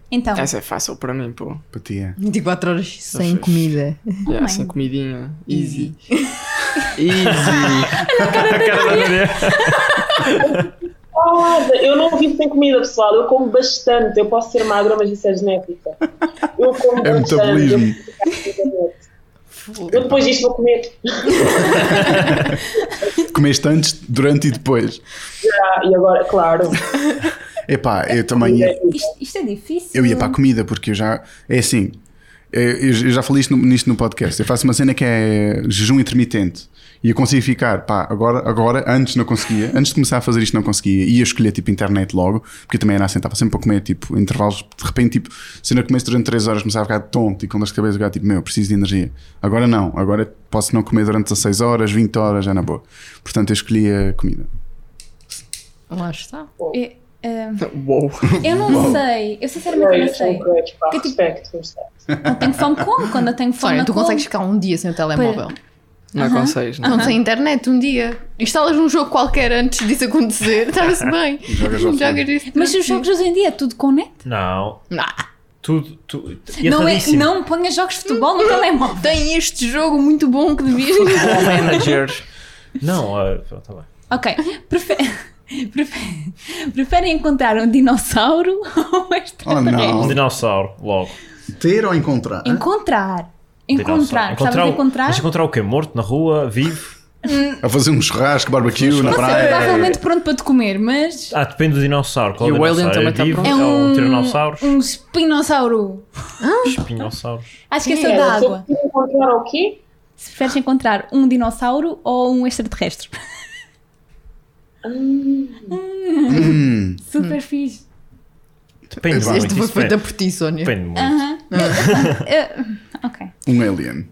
Então,
Essa é fácil para mim, pô.
Para ti é.
24 horas sem
fez.
comida.
Yeah,
mãe.
sem comidinha. Easy. [laughs] Easy.
A cara da Maria.
Salada! Eu não vivo sem comida, pessoal. Eu como bastante. Eu posso ser magra, mas isso é genética. Eu como
É
bastante.
metabolismo.
Eu depois disto vou comer.
Comeste antes, durante e depois.
Ah, e agora, claro.
Epá, eu também ia,
isto, isto é difícil.
eu ia para a comida, porque eu já. É assim. Eu, eu já falei isto no, nisto no podcast. Eu faço uma cena que é jejum intermitente. E eu consigo ficar, pá, agora, agora, antes não conseguia, antes de começar a fazer isto não conseguia, ia escolher tipo internet logo, porque eu também era assim, estava sempre para comer, tipo, intervalos, de repente, tipo, se eu não comesse durante 3 horas, começava a ficar tonto e com dor de cabeça, eu ficava, tipo, meu, preciso de energia. Agora não, agora posso não comer durante 16 horas, 20 horas, já na boa. Portanto, eu escolhi a comida.
Lá está.
Eu, ah,
Uou.
eu não sei. Eu sinceramente não
Mas,
sei.
pá,
Que tipo-
respeito, respeito.
Quando tenho fome, como? Quando eu tenho fome,
Olha,
não
tu
como.
consegues ficar um dia sem o telemóvel.
Não consegues, não.
Não tem internet um dia. Instalas um jogo qualquer antes disso acontecer. [laughs] Está-se bem.
Jogas ao
Jogas isso.
Mas os jogos hoje em dia é tudo com net.
Não,
Ah,
tudo. tudo
Não, é,
erradíssimo.
não ponha jogos de futebol no telemóvel.
tem este jogo muito bom que devias.
Bom manager.
Não, ah, tá bem.
Ok. Prefe- [laughs] prefe- Preferem encontrar um dinossauro [laughs] ou um
Oh
extraterrestre?
Um
não,
dinossauro, logo.
ter ou encontrar?
Encontrar. Encontrar.
Dinossauro.
Sabes
o-
encontrar?
Mas encontrar o quê? Morto na rua, vivo?
A fazer um churrasco, barbecue na
Não sei,
praia.
provavelmente pronto para te comer, mas.
Ah, depende do dinossauro. Qual
E o alien
dinossauro?
também tá
é vivo?
pronto.
É
É um
um.
tiranossauro?
Um espinossauro.
Espinhossauro?
Acho que esse é o
É,
da
se eu
água.
preciso encontrar o quê?
Se preferes encontrar um dinossauro ou um extraterrestre? [laughs]
Hum.
Super fixe.
Depende, vai,
Este
muito,
foi
isso é
feito
depende.
por ti, Sónia.
Depende muito.
Aham. Eh, ok.
Um alien.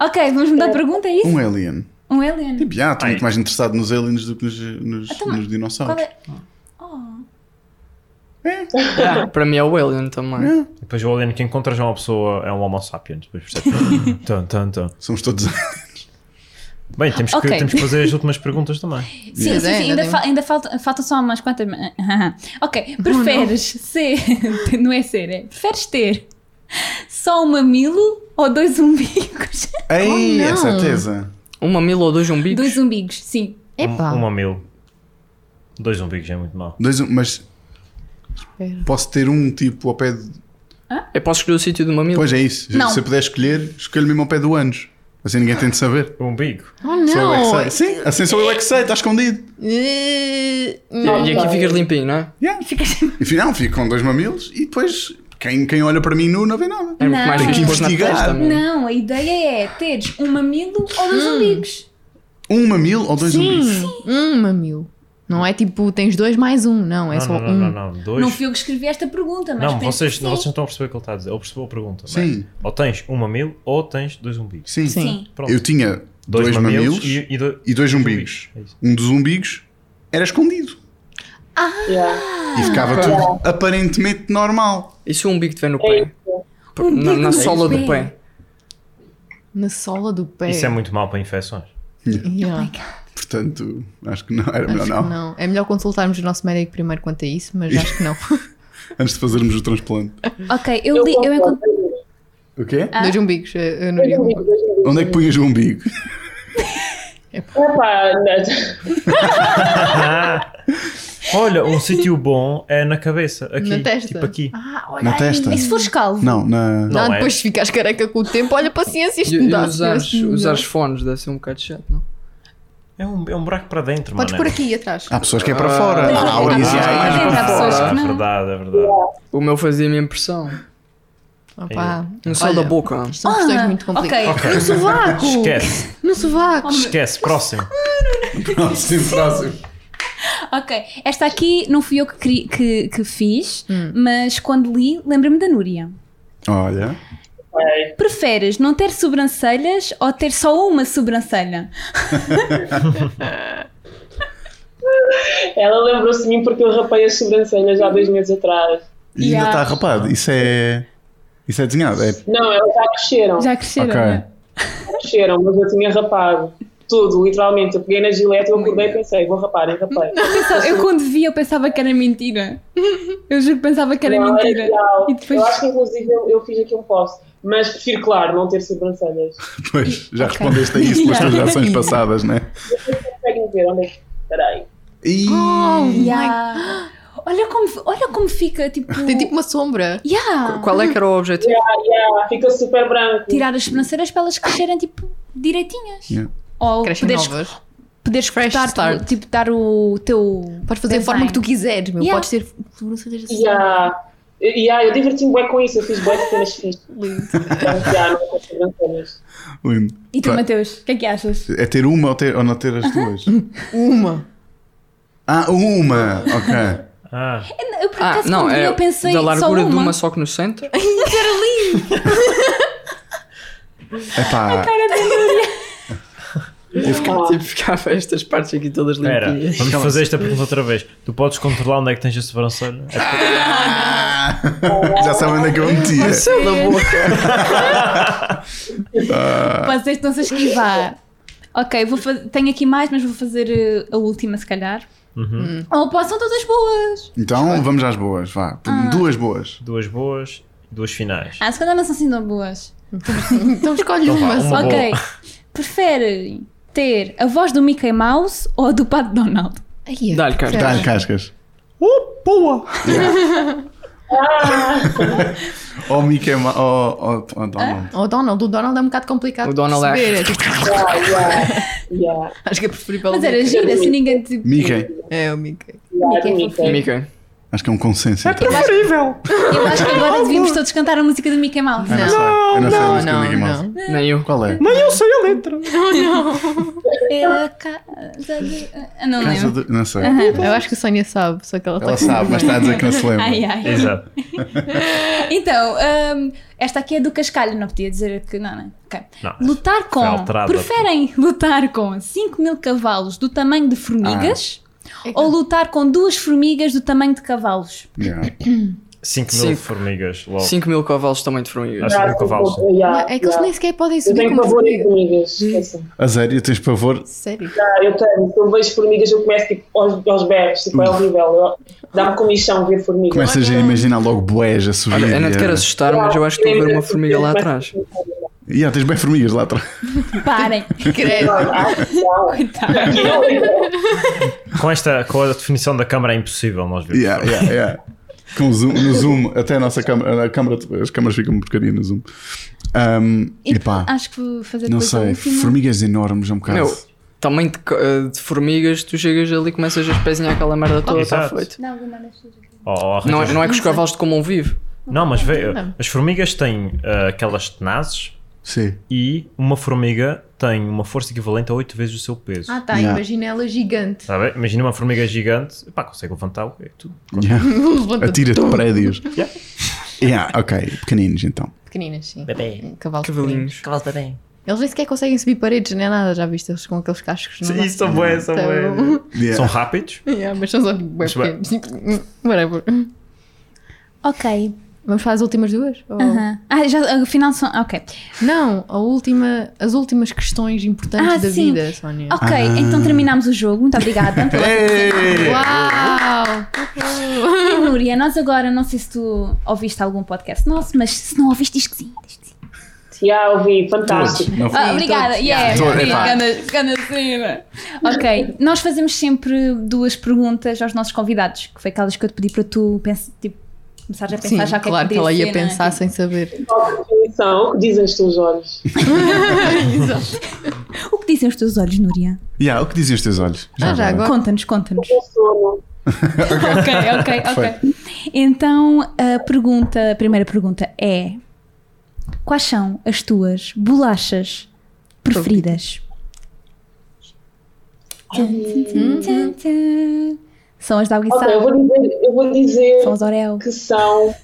Ok, vamos mudar de pergunta, é isso?
Um alien.
Um alien.
Tipo, já, estou
Ai.
muito mais interessado nos aliens do que nos, nos,
Então,
nos
Qual
dinossauros.
é? Oh.
Yeah, para mim é o alien também.
Depois o alien que encontra já é uma pessoa, é um homo sapiens. Depois percebes?
[laughs]
então, então, então.
Somos todos.
Bem, temos que,
Ok.
temos que fazer as últimas perguntas também.
Sim,
Mas
sim,
é,
sim,
ainda
ainda,
tem-
fa- ainda falta, faltam só umas quantas. [laughs] ok, preferes ser. [laughs] Não é ser, é. Preferes ter só um mamilo ou dois umbigos?
Ei,
não.
é certeza.
Um mamilo ou dois zumbis?
Dois umbigos, sim.
Epá.
Um, um mamilo. Dois umbigos é muito mau.
Dois, um, mas posso ter um tipo ao pé de.
Eu É, posso escolher o sítio do mamilo?
Pois é isso.
Não.
Se eu puder escolher, escolho mesmo ao pé do anjo. Assim ninguém tem de saber.
O Um umbigo.
Oh,
Sou eu é que sei.
não.
Sim, assim sou eu é que sei, está escondido.
Eh, não.
E, e aqui ficas limpinho, não é?
Yeah. E final, fico com dois mamilos e depois quem, quem olha para mim nu não vê nada.
É muito
Não.
mais
Tem
que
fixe pôr na
investigar.
testa mesmo.
Não, a ideia é teres um mamilo ou dois umbigos.
Um mamilo ou dois umbigos?
Um mamilo. Não é tipo, tens dois mais um. Não, é
Não,
só
não,
um.
não, não, não. Dois.
Não fui eu que escrevi esta pergunta, mas.
Não,
penso
vocês,
que
não, vocês
sim.
não estão a perceber o que ele está a dizer. Ele percebeu a pergunta. não é?
Sim.
Ou tens um mamilo ou tens dois umbigos.
Sim.
Sim.
Sim.
Pronto.
Eu tinha dois,
dois,
mamilos,
e, e do-
e dois umbigos.
É isso.
Um dos umbigos era escondido.
Yeah.
E
Ah.
ficava tudo aparentemente normal.
E se um o umbigo estiver no
É
pé?
isso.
Por- Na,
Um Umbigo
na
no
sola do
pé.
pé.
Na sola do pé.
Isso é muito mau para infecções.
Yeah.
Portanto, acho que não era melhor
Acho
não.
que não. É melhor consultarmos o nosso médico primeiro quanto a isso, mas acho que
[laughs]
não.
Antes de fazermos o transplante.
Ok, eu,
Eu
li, eu
concordo.
encontrei.
O quê?
Dois umbigos. eh, Eu não
Dois amigos, dois amigos.
Onde é que punhas o umbigo?
Epá, [laughs]
Olha,
[laughs]
um sítio bom é na cabeça. Aqui.
Na testa.
Tipo aqui.
Ah, olha.
Na testa?
E se fores calvo?
Não, na.
Não
Não,
é?
depois se ficares careca com o tempo, olha paciência,
E,
isto
e
me dá.
usar,
assim
isto me dá.
usar os fones deve ser um bocado chato, não?
É um, é um buraco para dentro,
Podes
mano.
pôr aqui atrás.
Há pessoas que é para fora.
Ah,
Há audiências que é
ah,
mais
ah,
para
ah,
fora.
pessoas
É
que não.
verdade, é verdade.
O meu fazia-me impressão.
Opa.
No sol
Olha,
da boca.
São questões
Ah,
é muito complicadas. tipo
Ok,
No sovaco! [laughs]
Esquece,
No sovaco!
esquece, próximo.
Próximo, próximo.
Ok, esta aqui não fui eu que, cri- que- que fiz,
Hum.
mas quando li, lembra-me da Núria.
Olha.
ok.
Preferes não ter sobrancelhas ou ter só uma sobrancelha?
Ela lembrou-se de mim porque eu rapei as sobrancelhas há dois meses atrás.
E ainda
Yeah.
está rapado. Isso é. Isso é desenhado. É...
Não, elas já cresceram.
né?
Já cresceram.
Ok.
não é?
cresceram, mas eu tinha rapado. Tudo, literalmente. Eu peguei na gilete, eu acordei e pensei, vou rapar, enrapei.
Pessoal, eu quando vi, eu pensava que era mentira. Eu juro que pensava que era
Não, é
mentira.
real.
E depois-
Eu acho que inclusive eu, eu fiz aqui um post. Mas prefiro, claro, não ter sobrancelhas.
Pois, já
Ok.
respondeste a isso pelas
Yeah.
tuas
[laughs]
ações passadas, não é?
Conseguem ver onde é que. Peraí.
E...
Oh, yeah.
Yeah. Olha, como, olha como fica, tipo.
Tem tipo uma sombra.
Yeah.
Qual é que era o objetivo?
Ah, fica super branco.
Tirar as sobrancelhas para elas crescerem, tipo, direitinhas.
Yeah.
Ou
Crescem
poderes,
novas.
poderes
Fresh
cortar,
start.
tipo, dar o teu.
Podes fazer a
design.
forma que tu quiseres, meu.
Yeah.
Podes ter sobrancelhas assim.
Yeah. Yeah, ah, eu diverti-me bem com isso, eu fiz bem cenas fixas.
Lindo.
Então, já, não com sobrancelhas.
Lindo.
E tu,
Pá,
Mateus, o que é que achas?
É ter uma ou, ter, ou não ter as duas?
[laughs] Uma.
ah, uma! Ok.
Ah,
Eu por
Ah,
acaso
não,
quando vi,
é
eu pensei
da largura
só
de
uma. [laughs]
uma só que no centro.
[laughs]
Epá,
Ah.
Tipo, ficava estas partes aqui todas
espera,
limpinhas.
vamos fazer esta pergunta outra vez. Tu podes controlar onde é tipo que tens a sobrancelha?
já sabem onde é que eu meti.
Sai [laughs] da boca.
[laughs] Vocês estão-se a esquivar. Ok, vou faz- tenho aqui mais, mas vou fazer eh, a última, se calhar.
Hum.
Oh, pá, são todas boas.
Então vamos às boas, vá. Duas boas.
Duas boas, duas finais.
Ah, se calhar não são assim tão boas.
Então escolhe
Então vá,
uma só.
uma.
ok. [laughs] Preferem ter a voz do Mickey Mouse ou a do Pato Donald?
Ai, é
Dá-lhe, cara.
que
Dá-lhe
cara.
Tá cascas.
Oh, boa!
[laughs] Ou Oh, Mickey é Mouse. Ou, ou, ou oh, Donald.
O Donald, o Donald é um bocado complicado
O Donald
de
é-
perceber. [laughs] É tipo,
Yeah, yeah, yeah,
acho que é preferível
Mas
o
era
Mickey.
gira, assim ninguém tipo.
Mickey.
É, o Mickey.
yeah,
Mickey é
Mickey.
Mica.
Acho que é um consenso. então.
Preferível.
Eu acho que agora devíamos todos cantar a música do Mickey Mouse.
Eu não sei. Eu não sei a música
Não,
do Mickey é
não,
Mouse.
não.
Nem eu.
Qual é?
Nem eu sei a letra.
Pela casa de. Ah, não
Casa
lembro.
do- Não sei.
Eu acho que a Sónia sabe, só que ela tá está
Ela sabe, mas
tá-
está
[laughs]
a dizer que não se lembra.
Ai, ai.
Exato.
Então, hum, esta aqui é do Cascalho, não podia dizer que não, não. Ok.
Não,
Lutar com.
foi alterada.
Preferem lutar com 5 mil cavalos do tamanho de formigas
Ah.
ou lutar com duas formigas do tamanho de cavalos?
Yeah.
5 mil
Cinco.
formigas, logo.
5 mil cavalos também de formigas.
Acho que nunca vale.
Yeah,
É que eles
yeah.
nem sequer podem
Eu
subir
tenho
como
pavor em
formiga.
formigas, esqueçam.
A sério, tens pavor?
Sério.
Ah, eu tenho, se eu vejo formigas, eu começo tipo, aos, aos berros, tipo, é horrível. Eu- Dá-me comichão ver formigas.
Começas a imaginar logo boés a subir.
Olha, eu não te quero
yeah.
assustar, mas eu acho que estou a ver uma formiga lá atrás.
Yeah, tens bem formigas lá atrás.
Parem.
Credo.
Coitado.
Com esta, com a definição da câmara é impossível nós vermos.
Yeah, yeah, yeah. Com o zoom, no zoom, até a nossa câmara, a câmara as câmaras ficam um bocadinho no zoom. Um,
E
[laughs] epá,
acho que vou fazer
não
depois um a
sei,
última.
formigas enormes é um bocado.
Meu, tamanho de, ca- eh, de formigas, tu chegas ali e começas a espezinhar aquela merda toda, está
Exato.
feito.
Dá alguma destas aqui.
Oh, oh,
Não,
Rita,
é- não é que os cavalos te comam vivo.
não, mas vê,
Não.
as formigas têm ah, aquelas tenazes
Sim.
e uma formiga tem uma força equivalente a 8 vezes o seu peso.
Ah, tá.
Yeah.
Imagina ela [laughs] gigante.
Sabe? Imagina uma formiga gigante, pá, consegue levantar o quê? Tudo.
Yeah.
Levanta
Atira-te de
[laughs]
prédios.
Yeah.
Yeah, ok, pequeninos então.
pequeninas, sim.
Bebê.
Cavalos
Cavalinhos.
pequeninos.
Cavalos bem.
Eles nem sequer conseguem subir paredes nem é nada, já viste eles com aqueles cascos. não dá.
são boas, são
Então-
Yeah.
São
Ah,
rápidos?
[laughs] Yeah, mas são só bem
Mas vai-
pequenos. [laughs] Whatever.
Ok.
Vamos para as últimas duas? Ou-
Aham. Ah, já, afinal são. Ok.
Não, a última, as últimas questões importantes
Ah,
da
sim.
vida, Sónia.
Ok,
Ah.
então terminamos o jogo.
[laughs]
Muito obrigada. Então, pela-
É.
É.
Ei!
Uau!
E, Núria, nós agora, não sei se tu ouviste algum podcast nosso, mas se não ouviste, diz que sim. diz que sim.
Já ouvi, fantástico.
Não foi-
Ah, obrigada, yeah,
Todos,
sim,
epá.
ganda- ganda cena. Ok, nós fazemos sempre duas perguntas aos nossos convidados, que foi aquelas que eu te pedi para tu pensar, tipo, começares a pensar
Sim,
já o que
claro
é que,
que, ela
poderia
ia
ser, não é?
pensar sem saber.
Qual a definição? O que dizem os teus olhos?
Tipo, O que dizem os teus olhos, Núria?
Yeah, o que dizem os teus olhos?
Ah, já agora.
Conta-nos, conta-nos.
O sono.
ok, ok, ok. Então, a pergunta, a primeira pergunta é: Quais são as tuas bolachas preferidas? Tum, tum, tum. São as de
Ok, eu
alguiçada,
vou dizer, eu vou dizer
são as Oreo.
que são.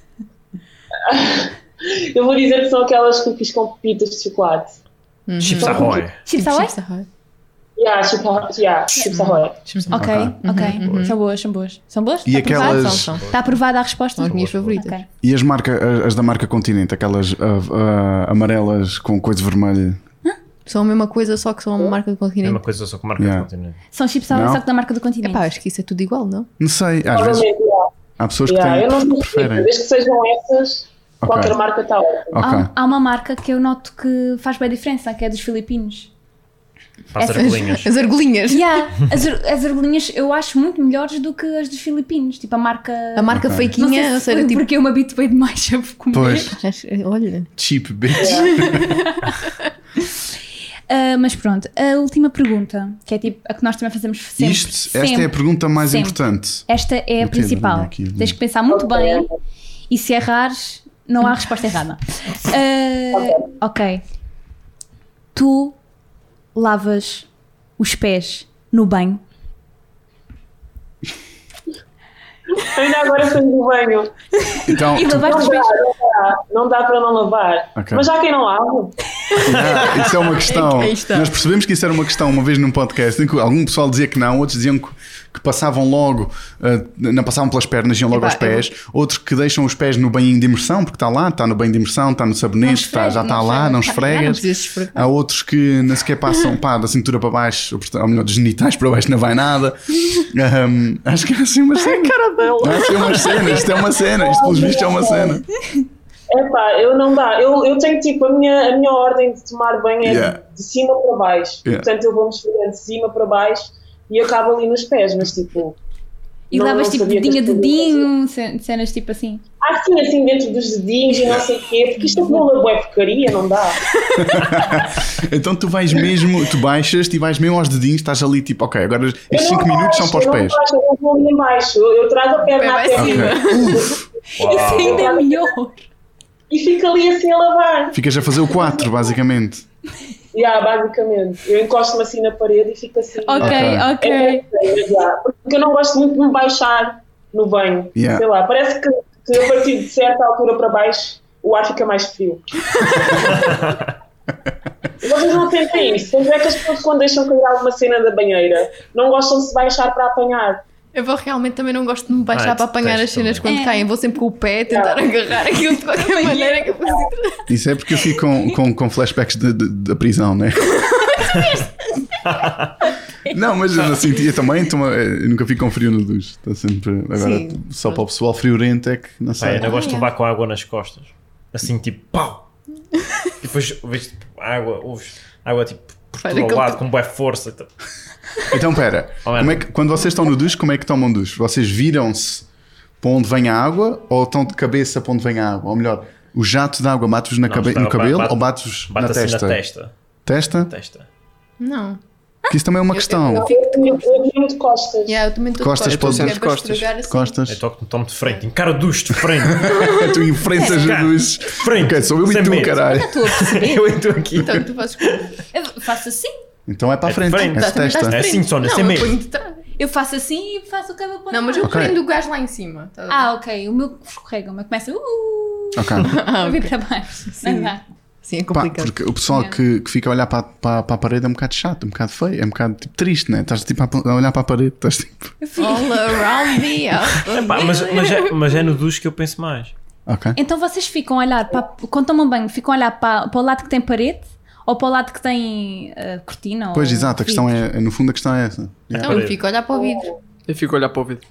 eu vou dizer que são aquelas cookies com pepitas de chocolate.
Uhum.
Chips Ahoy.
Chips Ahoy?
Chips Ahoy.
Yeah, chips, Ahoy- yeah, chips Ahoy.
Chips Ahoy.
Ok, ok. São boas, são boas. São boas?
Uhum,
Tá
E
Está aprovado?
aquelas-
São, são.
Está aprovada a resposta?
São as minhas favoritas.
Ok.
E as, marca, as- as da marca Continente, aquelas ah, ah, amarelas com coisa vermelha.
São a mesma coisa, só que são uma marca do
É
continente.
uma coisa só com marca
Yeah.
de continente.
São chips salada,
Não.
só que da marca do
É
continente.
pá, acho que isso é tudo igual, não?
Não sei, às vezes
Provavelmente, yeah.
há pessoas que
Yeah,
têm,
eu não sei, se-
preferem.
desde que sejam essas,
Ok.
qualquer marca está ótima.
Ok.
Há, há uma marca que eu noto que faz bem diferença, que é dos
[laughs]
filipinos.
Para as
É,
Essas-
argolinhas.
As
[laughs]
argolinhas.
Yeah, as, ar- as argolinhas eu acho muito melhores do que as dos filipinos. Tipo, a marca.
A marca
Ok.
Não
faquinha, ou
sei se
seja,
foi
tipo.
porque eu me habituei demais a comer.
Pois,
Acho- Olha,
cheap bitch.
Ah, mas pronto, a última pergunta, que é tipo a que nós também fazemos sempre.
Isto, esta
sempre.
é a pergunta mais
sempre. [laughs]
importante.
Esta é a
Eu tenho
principal.
vergonha aqui,
Tens que pensar muito
Ok.
bem e se errares, não há
[laughs]
resposta errada. Ah, ok. Tu lavas os pés
[laughs]
no banho.
Ainda agora saí do banho.
Então,
E
tu-
lavar os
Não
pés.
dá, não dá, não dá para não lavar.
Ok.
Mas já quem não lava,
Ah, isso é uma questão.
Aí está.
Nós percebemos que isso era uma questão uma vez num podcast em que algum pessoal dizia que não, outros diziam que, que passavam logo, ah, não passavam pelas pernas, iam logo
Epá,
aos pés, outros que deixam os pés no banho de imersão, porque está lá, está no banho de imersão, está no
Não
sabonete,
esfrega-
está- já está
não
lá,
esfrega-
não
não
esfregas.
precisas esfregar.
Há outros que nem sequer passam pá, da cintura para baixo, ou portanto, ou melhor, dos genitais para baixo, não vai nada. Ahm, acho que há assim umas cenas. Há assim umas cenas, isto é uma cena, isto pelos vistos é uma cena.
epá, eu não dá. Eu, eu tenho tipo, a minha, a minha ordem de tomar banho é
Yeah.
de cima para baixo.
Yeah.
Portanto, eu vou-me esfregar de cima para baixo e acabo ali nos pés, mas tipo.
E
não-
lavas
não
tipo
sabia que
dedinho a
as pessoas faziam.
dedinho, cen- cenas tipo assim.
Ah, sim, assim dentro dos dedinhos e não sei o quê, porque isto acumula boa porcaria, não dá.
Então tu vais mesmo, tu baixas-te e vais mesmo aos dedinhos, estás ali tipo, ok, agora
Eu
estes
não
5 minutos são
baixo,
para os
eu não
pés.
baixo, Eu não vou ali embaixo, eu eu trago a perna
vai
até
cima.
cima
Ok. Uf,
Isso ainda é melhor.
e fica ali assim a lavar.
ficas a fazer o 4, basicamente.
Yeah, basicamente. Eu encosto-me assim na parede e fico assim.
Ok,
Ok.
ok.
É, é, é, yeah. Porque eu não gosto muito de me baixar no banho.
Yeah.
Sei lá, parece que, que a partir de certa altura para baixo o ar fica mais
[laughs]
frio. Vocês não sentem isso. Tanto é que as pessoas quando deixam cair alguma cena da banheira não gostam de se baixar para apanhar.
Eu vou realmente também não gosto de me baixar
Ah,
para apanhar as
detesto
cenas
também.
quando
É.
caem. Vou sempre com o pé tentar agarrar aquilo
[laughs]
de qualquer maneira que eu consigo.
Isso é porque eu fico com, com, com flashbacks de- de- da prisão, né? Não, mas eu não sentia também, então, eh, eu nunca fico com frio no duche. Está sempre. Agora,
Sim.
só para o pessoal friorento é que não
Pá,
sei.
eu não gosto de
Ah, é.
levar com água nas costas. Assim, tipo, pau! E depois vês tipo, água, ouves água tipo por
Faz
todo o
aquele
lado,
que-
com boa força. e tal.
Então, pera,
Olha.
como é que- quando vocês estão no duche, como é que tomam duche? Vocês viram-se para onde vem a água ou estão de cabeça para onde vem a água? Ou melhor, o jato de água bate-vos na
Não,
cabe-
está-
no cabelo
bate-
ou bate-vos na
Bate assim
testa?
na testa.
Testa?
testa.
Não.
Que isso também é uma questão.
eu-
Eu eu vim de costas.
Yeah, eu também tô de
Costas,
costas,
pode-
que é para
costas.
esfregar assim.
Costas.
Eu toco- tomo de frente, encaro ducho de frente.
tu enfrentas a
Cara.
luz.
Frente.
Ok, sou eu
Sem
e tu,
medo.
caralho.
Estou a
[laughs]
perceber.
Eu estou aqui.
Então tu fazes como?
Eu faço assim,
Então é para a
É
frente.
frente.
É
Tá, também estás
testa.
É
de frente.
assim, Sónia,
Não,
sem
eu
medo.
ponho de trás.
eu faço assim e faço o cabelo para
Não, mas eu
Ok.
prendo o gás lá em cima. tá a ver?
Ah, ok. O meu escorrega, o meu começa. Uh,
Ok.
Ah,
a [laughs] vir
ok.
para baixo.
Sim.
Não dá.
Sim, é
Pá,
complicado.
porque o pessoal que, que fica a olhar para, para, para a parede é um bocado chato, é um bocado feio, é um bocado tipo, triste, né? Estás tipo a a olhar para a parede, estás tipo.
All around me. [laughs] all
Pá, mas, mas é, mas é no ducho que eu penso mais.
Ok.
Então vocês ficam a olhar para. Quando tomam banho, ficam a olhar para, para o lado que tem parede ou para o lado que tem eh, cortina?
Pois,
ou
exato, a questão é, é- no fundo a questão é essa. Yeah.
Então eu fico a olhar para o vidro.
Eu fico a olhar para o vidro.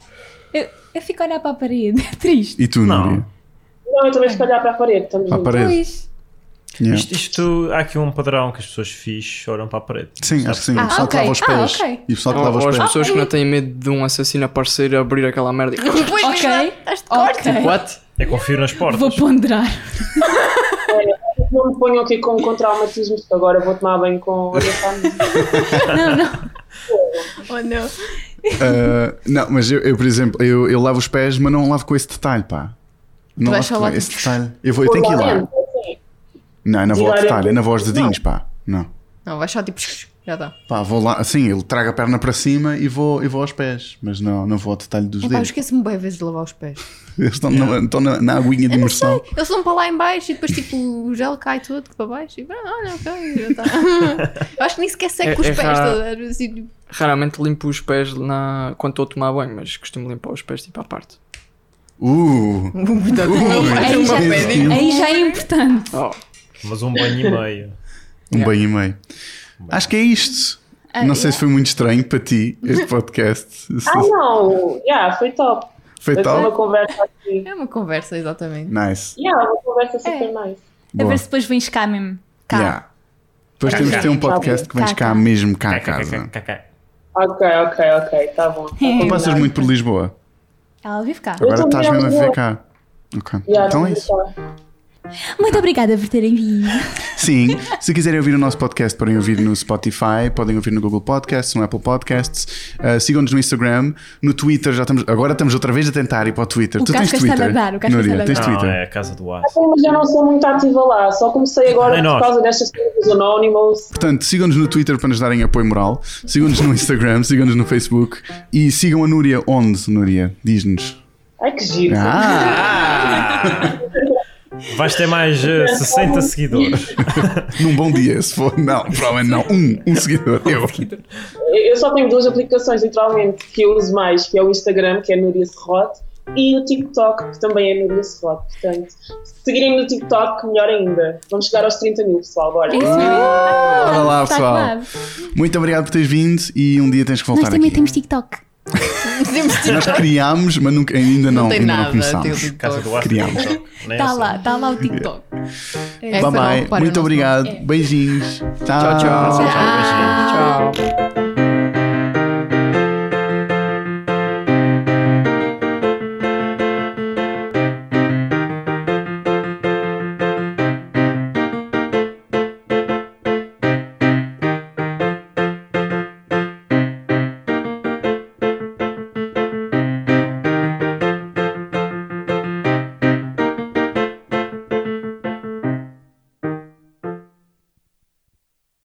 é-
Eu, eu fico a olhar para a parede. [laughs] É triste.
E tu,
Não.
Núria?
Não, eu também fico a olhar para a parede. Estamos
Ah, Para a
juntos.
parede.
Pois.
Yeah.
Isto, isto- há aqui um padrão que as pessoas fixe choram para a parede.
Sim, acho que sim. O
Ah,
pessoal que
ok.
lava os
Ah,
pés. E
ok.
o pessoal que
Ou,
lava
ou
os
as
pés.
pessoas que não têm medo de um assassino aparecer e abrir aquela merda. Tipo, e-
Depois
Ok.
estás de
Ok.
What?
Eu confio É nas portas.
Vou ponderar.
Não me ponham aqui com, com traumatismos, porque agora vou tomar banho com.
não, não.
Oh, não.
Ah, não, mas eu, eu, por exemplo, eu, eu lavo os pés, mas não lavo com esse detalhe, pá. Não
vais
lavo com
falar-
esse detalhe. Eu, vou, eu tenho que ir lá.
Assim.
Não, não vou ao
Direto.
detalhe, eu não vou aos dedinhos, pá. Não.
Não, vai só tipo. Já dá.
Pá, vou lá, assim, ele traga a perna para cima e vou, e vou aos pés, mas não, não vou ao detalhe dos
Epá, eu
dedos.
esqueço-me bem vezes de lavar os pés.
Eles [laughs] estão, na, estão na, na aguinha de imersão.
Eles vão para lá em baixo e depois tipo o gel cai todo para baixo e pronto, olha, ok, já está. [laughs] Eu acho que nem sequer seco
É-
com os
é
pés.
raro.
tá a ver, assim,
Raramente limpo os pés na... quando estou a tomar banho, mas costumo limpar os pés tipo à parte.
Uh!
Cuidado,
Ui,
não vais
aí
uma
já-
pedra.
Aí já é importante.
Oh,
[laughs]
Mas um banho e meio.
Um banho e meio. Acho que é isto.
Ah,
não sei se foi muito estranho para ti este podcast. Se-
Ah, não! Yeah, foi top.
foi
Foi uma
tal?
conversa assim.
É uma conversa, exatamente.
Nice.
Yeah, uma conversa super
É.
nice.
A
Boa.
ver se depois vens cá mesmo. Cá.
Yeah. Depois
Cá,
temos de
cá.
ter um podcast que vens
Cá, cá.
cá mesmo, cá
Cá,
a
cá, cá,
casa.
cá, cá, cá.
Ok, ok, ok, tá bom. Tá
Não
Não
combinado.
passas muito por Lisboa.
Ela vive cá.
Agora
tô
estás mesmo a
mesmo.
ver cá. Ok.
Yeah,
Então é
tá
isso.
bom.
Muito obrigada por terem vindo.
Sim, se quiserem ouvir o nosso podcast, podem ouvir no Spotify, podem ouvir no Google Podcasts, no Apple Podcasts. Ah, Sigam-nos no Instagram, no Twitter. Já estamos, agora estamos outra vez a tentar ir para o Twitter.
O
tu tens
Casca está a
Twitter?
dar, o Casca
Núria,
está a
tens
dar.
Twitter?
Não, é a casa do ar.
Sim, Mas eu não sou muito ativa lá, só comecei agora
Nem
por
nós.
causa destas coisas dos Anonymous.
Portanto, sigam-nos no Twitter para nos darem apoio moral. Sigam-nos no Instagram, sigam-nos no Facebook. E sigam a Núria onde, Núria? Diz-nos.
Ai que giro!
[laughs]
Ah,
Vais ter mais eh, 60 seguidores.
num bom dia, se for. Não, provavelmente não. Um, um seguidor. Eu.
Eu só tenho duas aplicações, literalmente, que eu uso mais, que é o Instagram, que é Núria Serrote, e o TikTok, que também é Núria Serrote. Portanto, se seguirem no TikTok, melhor ainda. Vamos chegar aos 30 mil, pessoal, bora.
Olha lá,
Está
pessoal.
claro.
Muito obrigado por teres vindo e um dia tens que voltar
Nós também
aqui.
temos TikTok. Tá
Nós criámos, mas nunca, ainda não,
tipo, Não tem
ainda não
nada, tem o
começámos.
TikTok.
Casa do é ar.
Criamos.
Nem eu
Está
sei.
Tá lá, está lá o TikTok.
Essa não
Bye bye. Muito
para nós, É, não.
obrigado. Beijinhos.
Tchau, tchau.
tchau.
Tchau, beijinho. Tchau.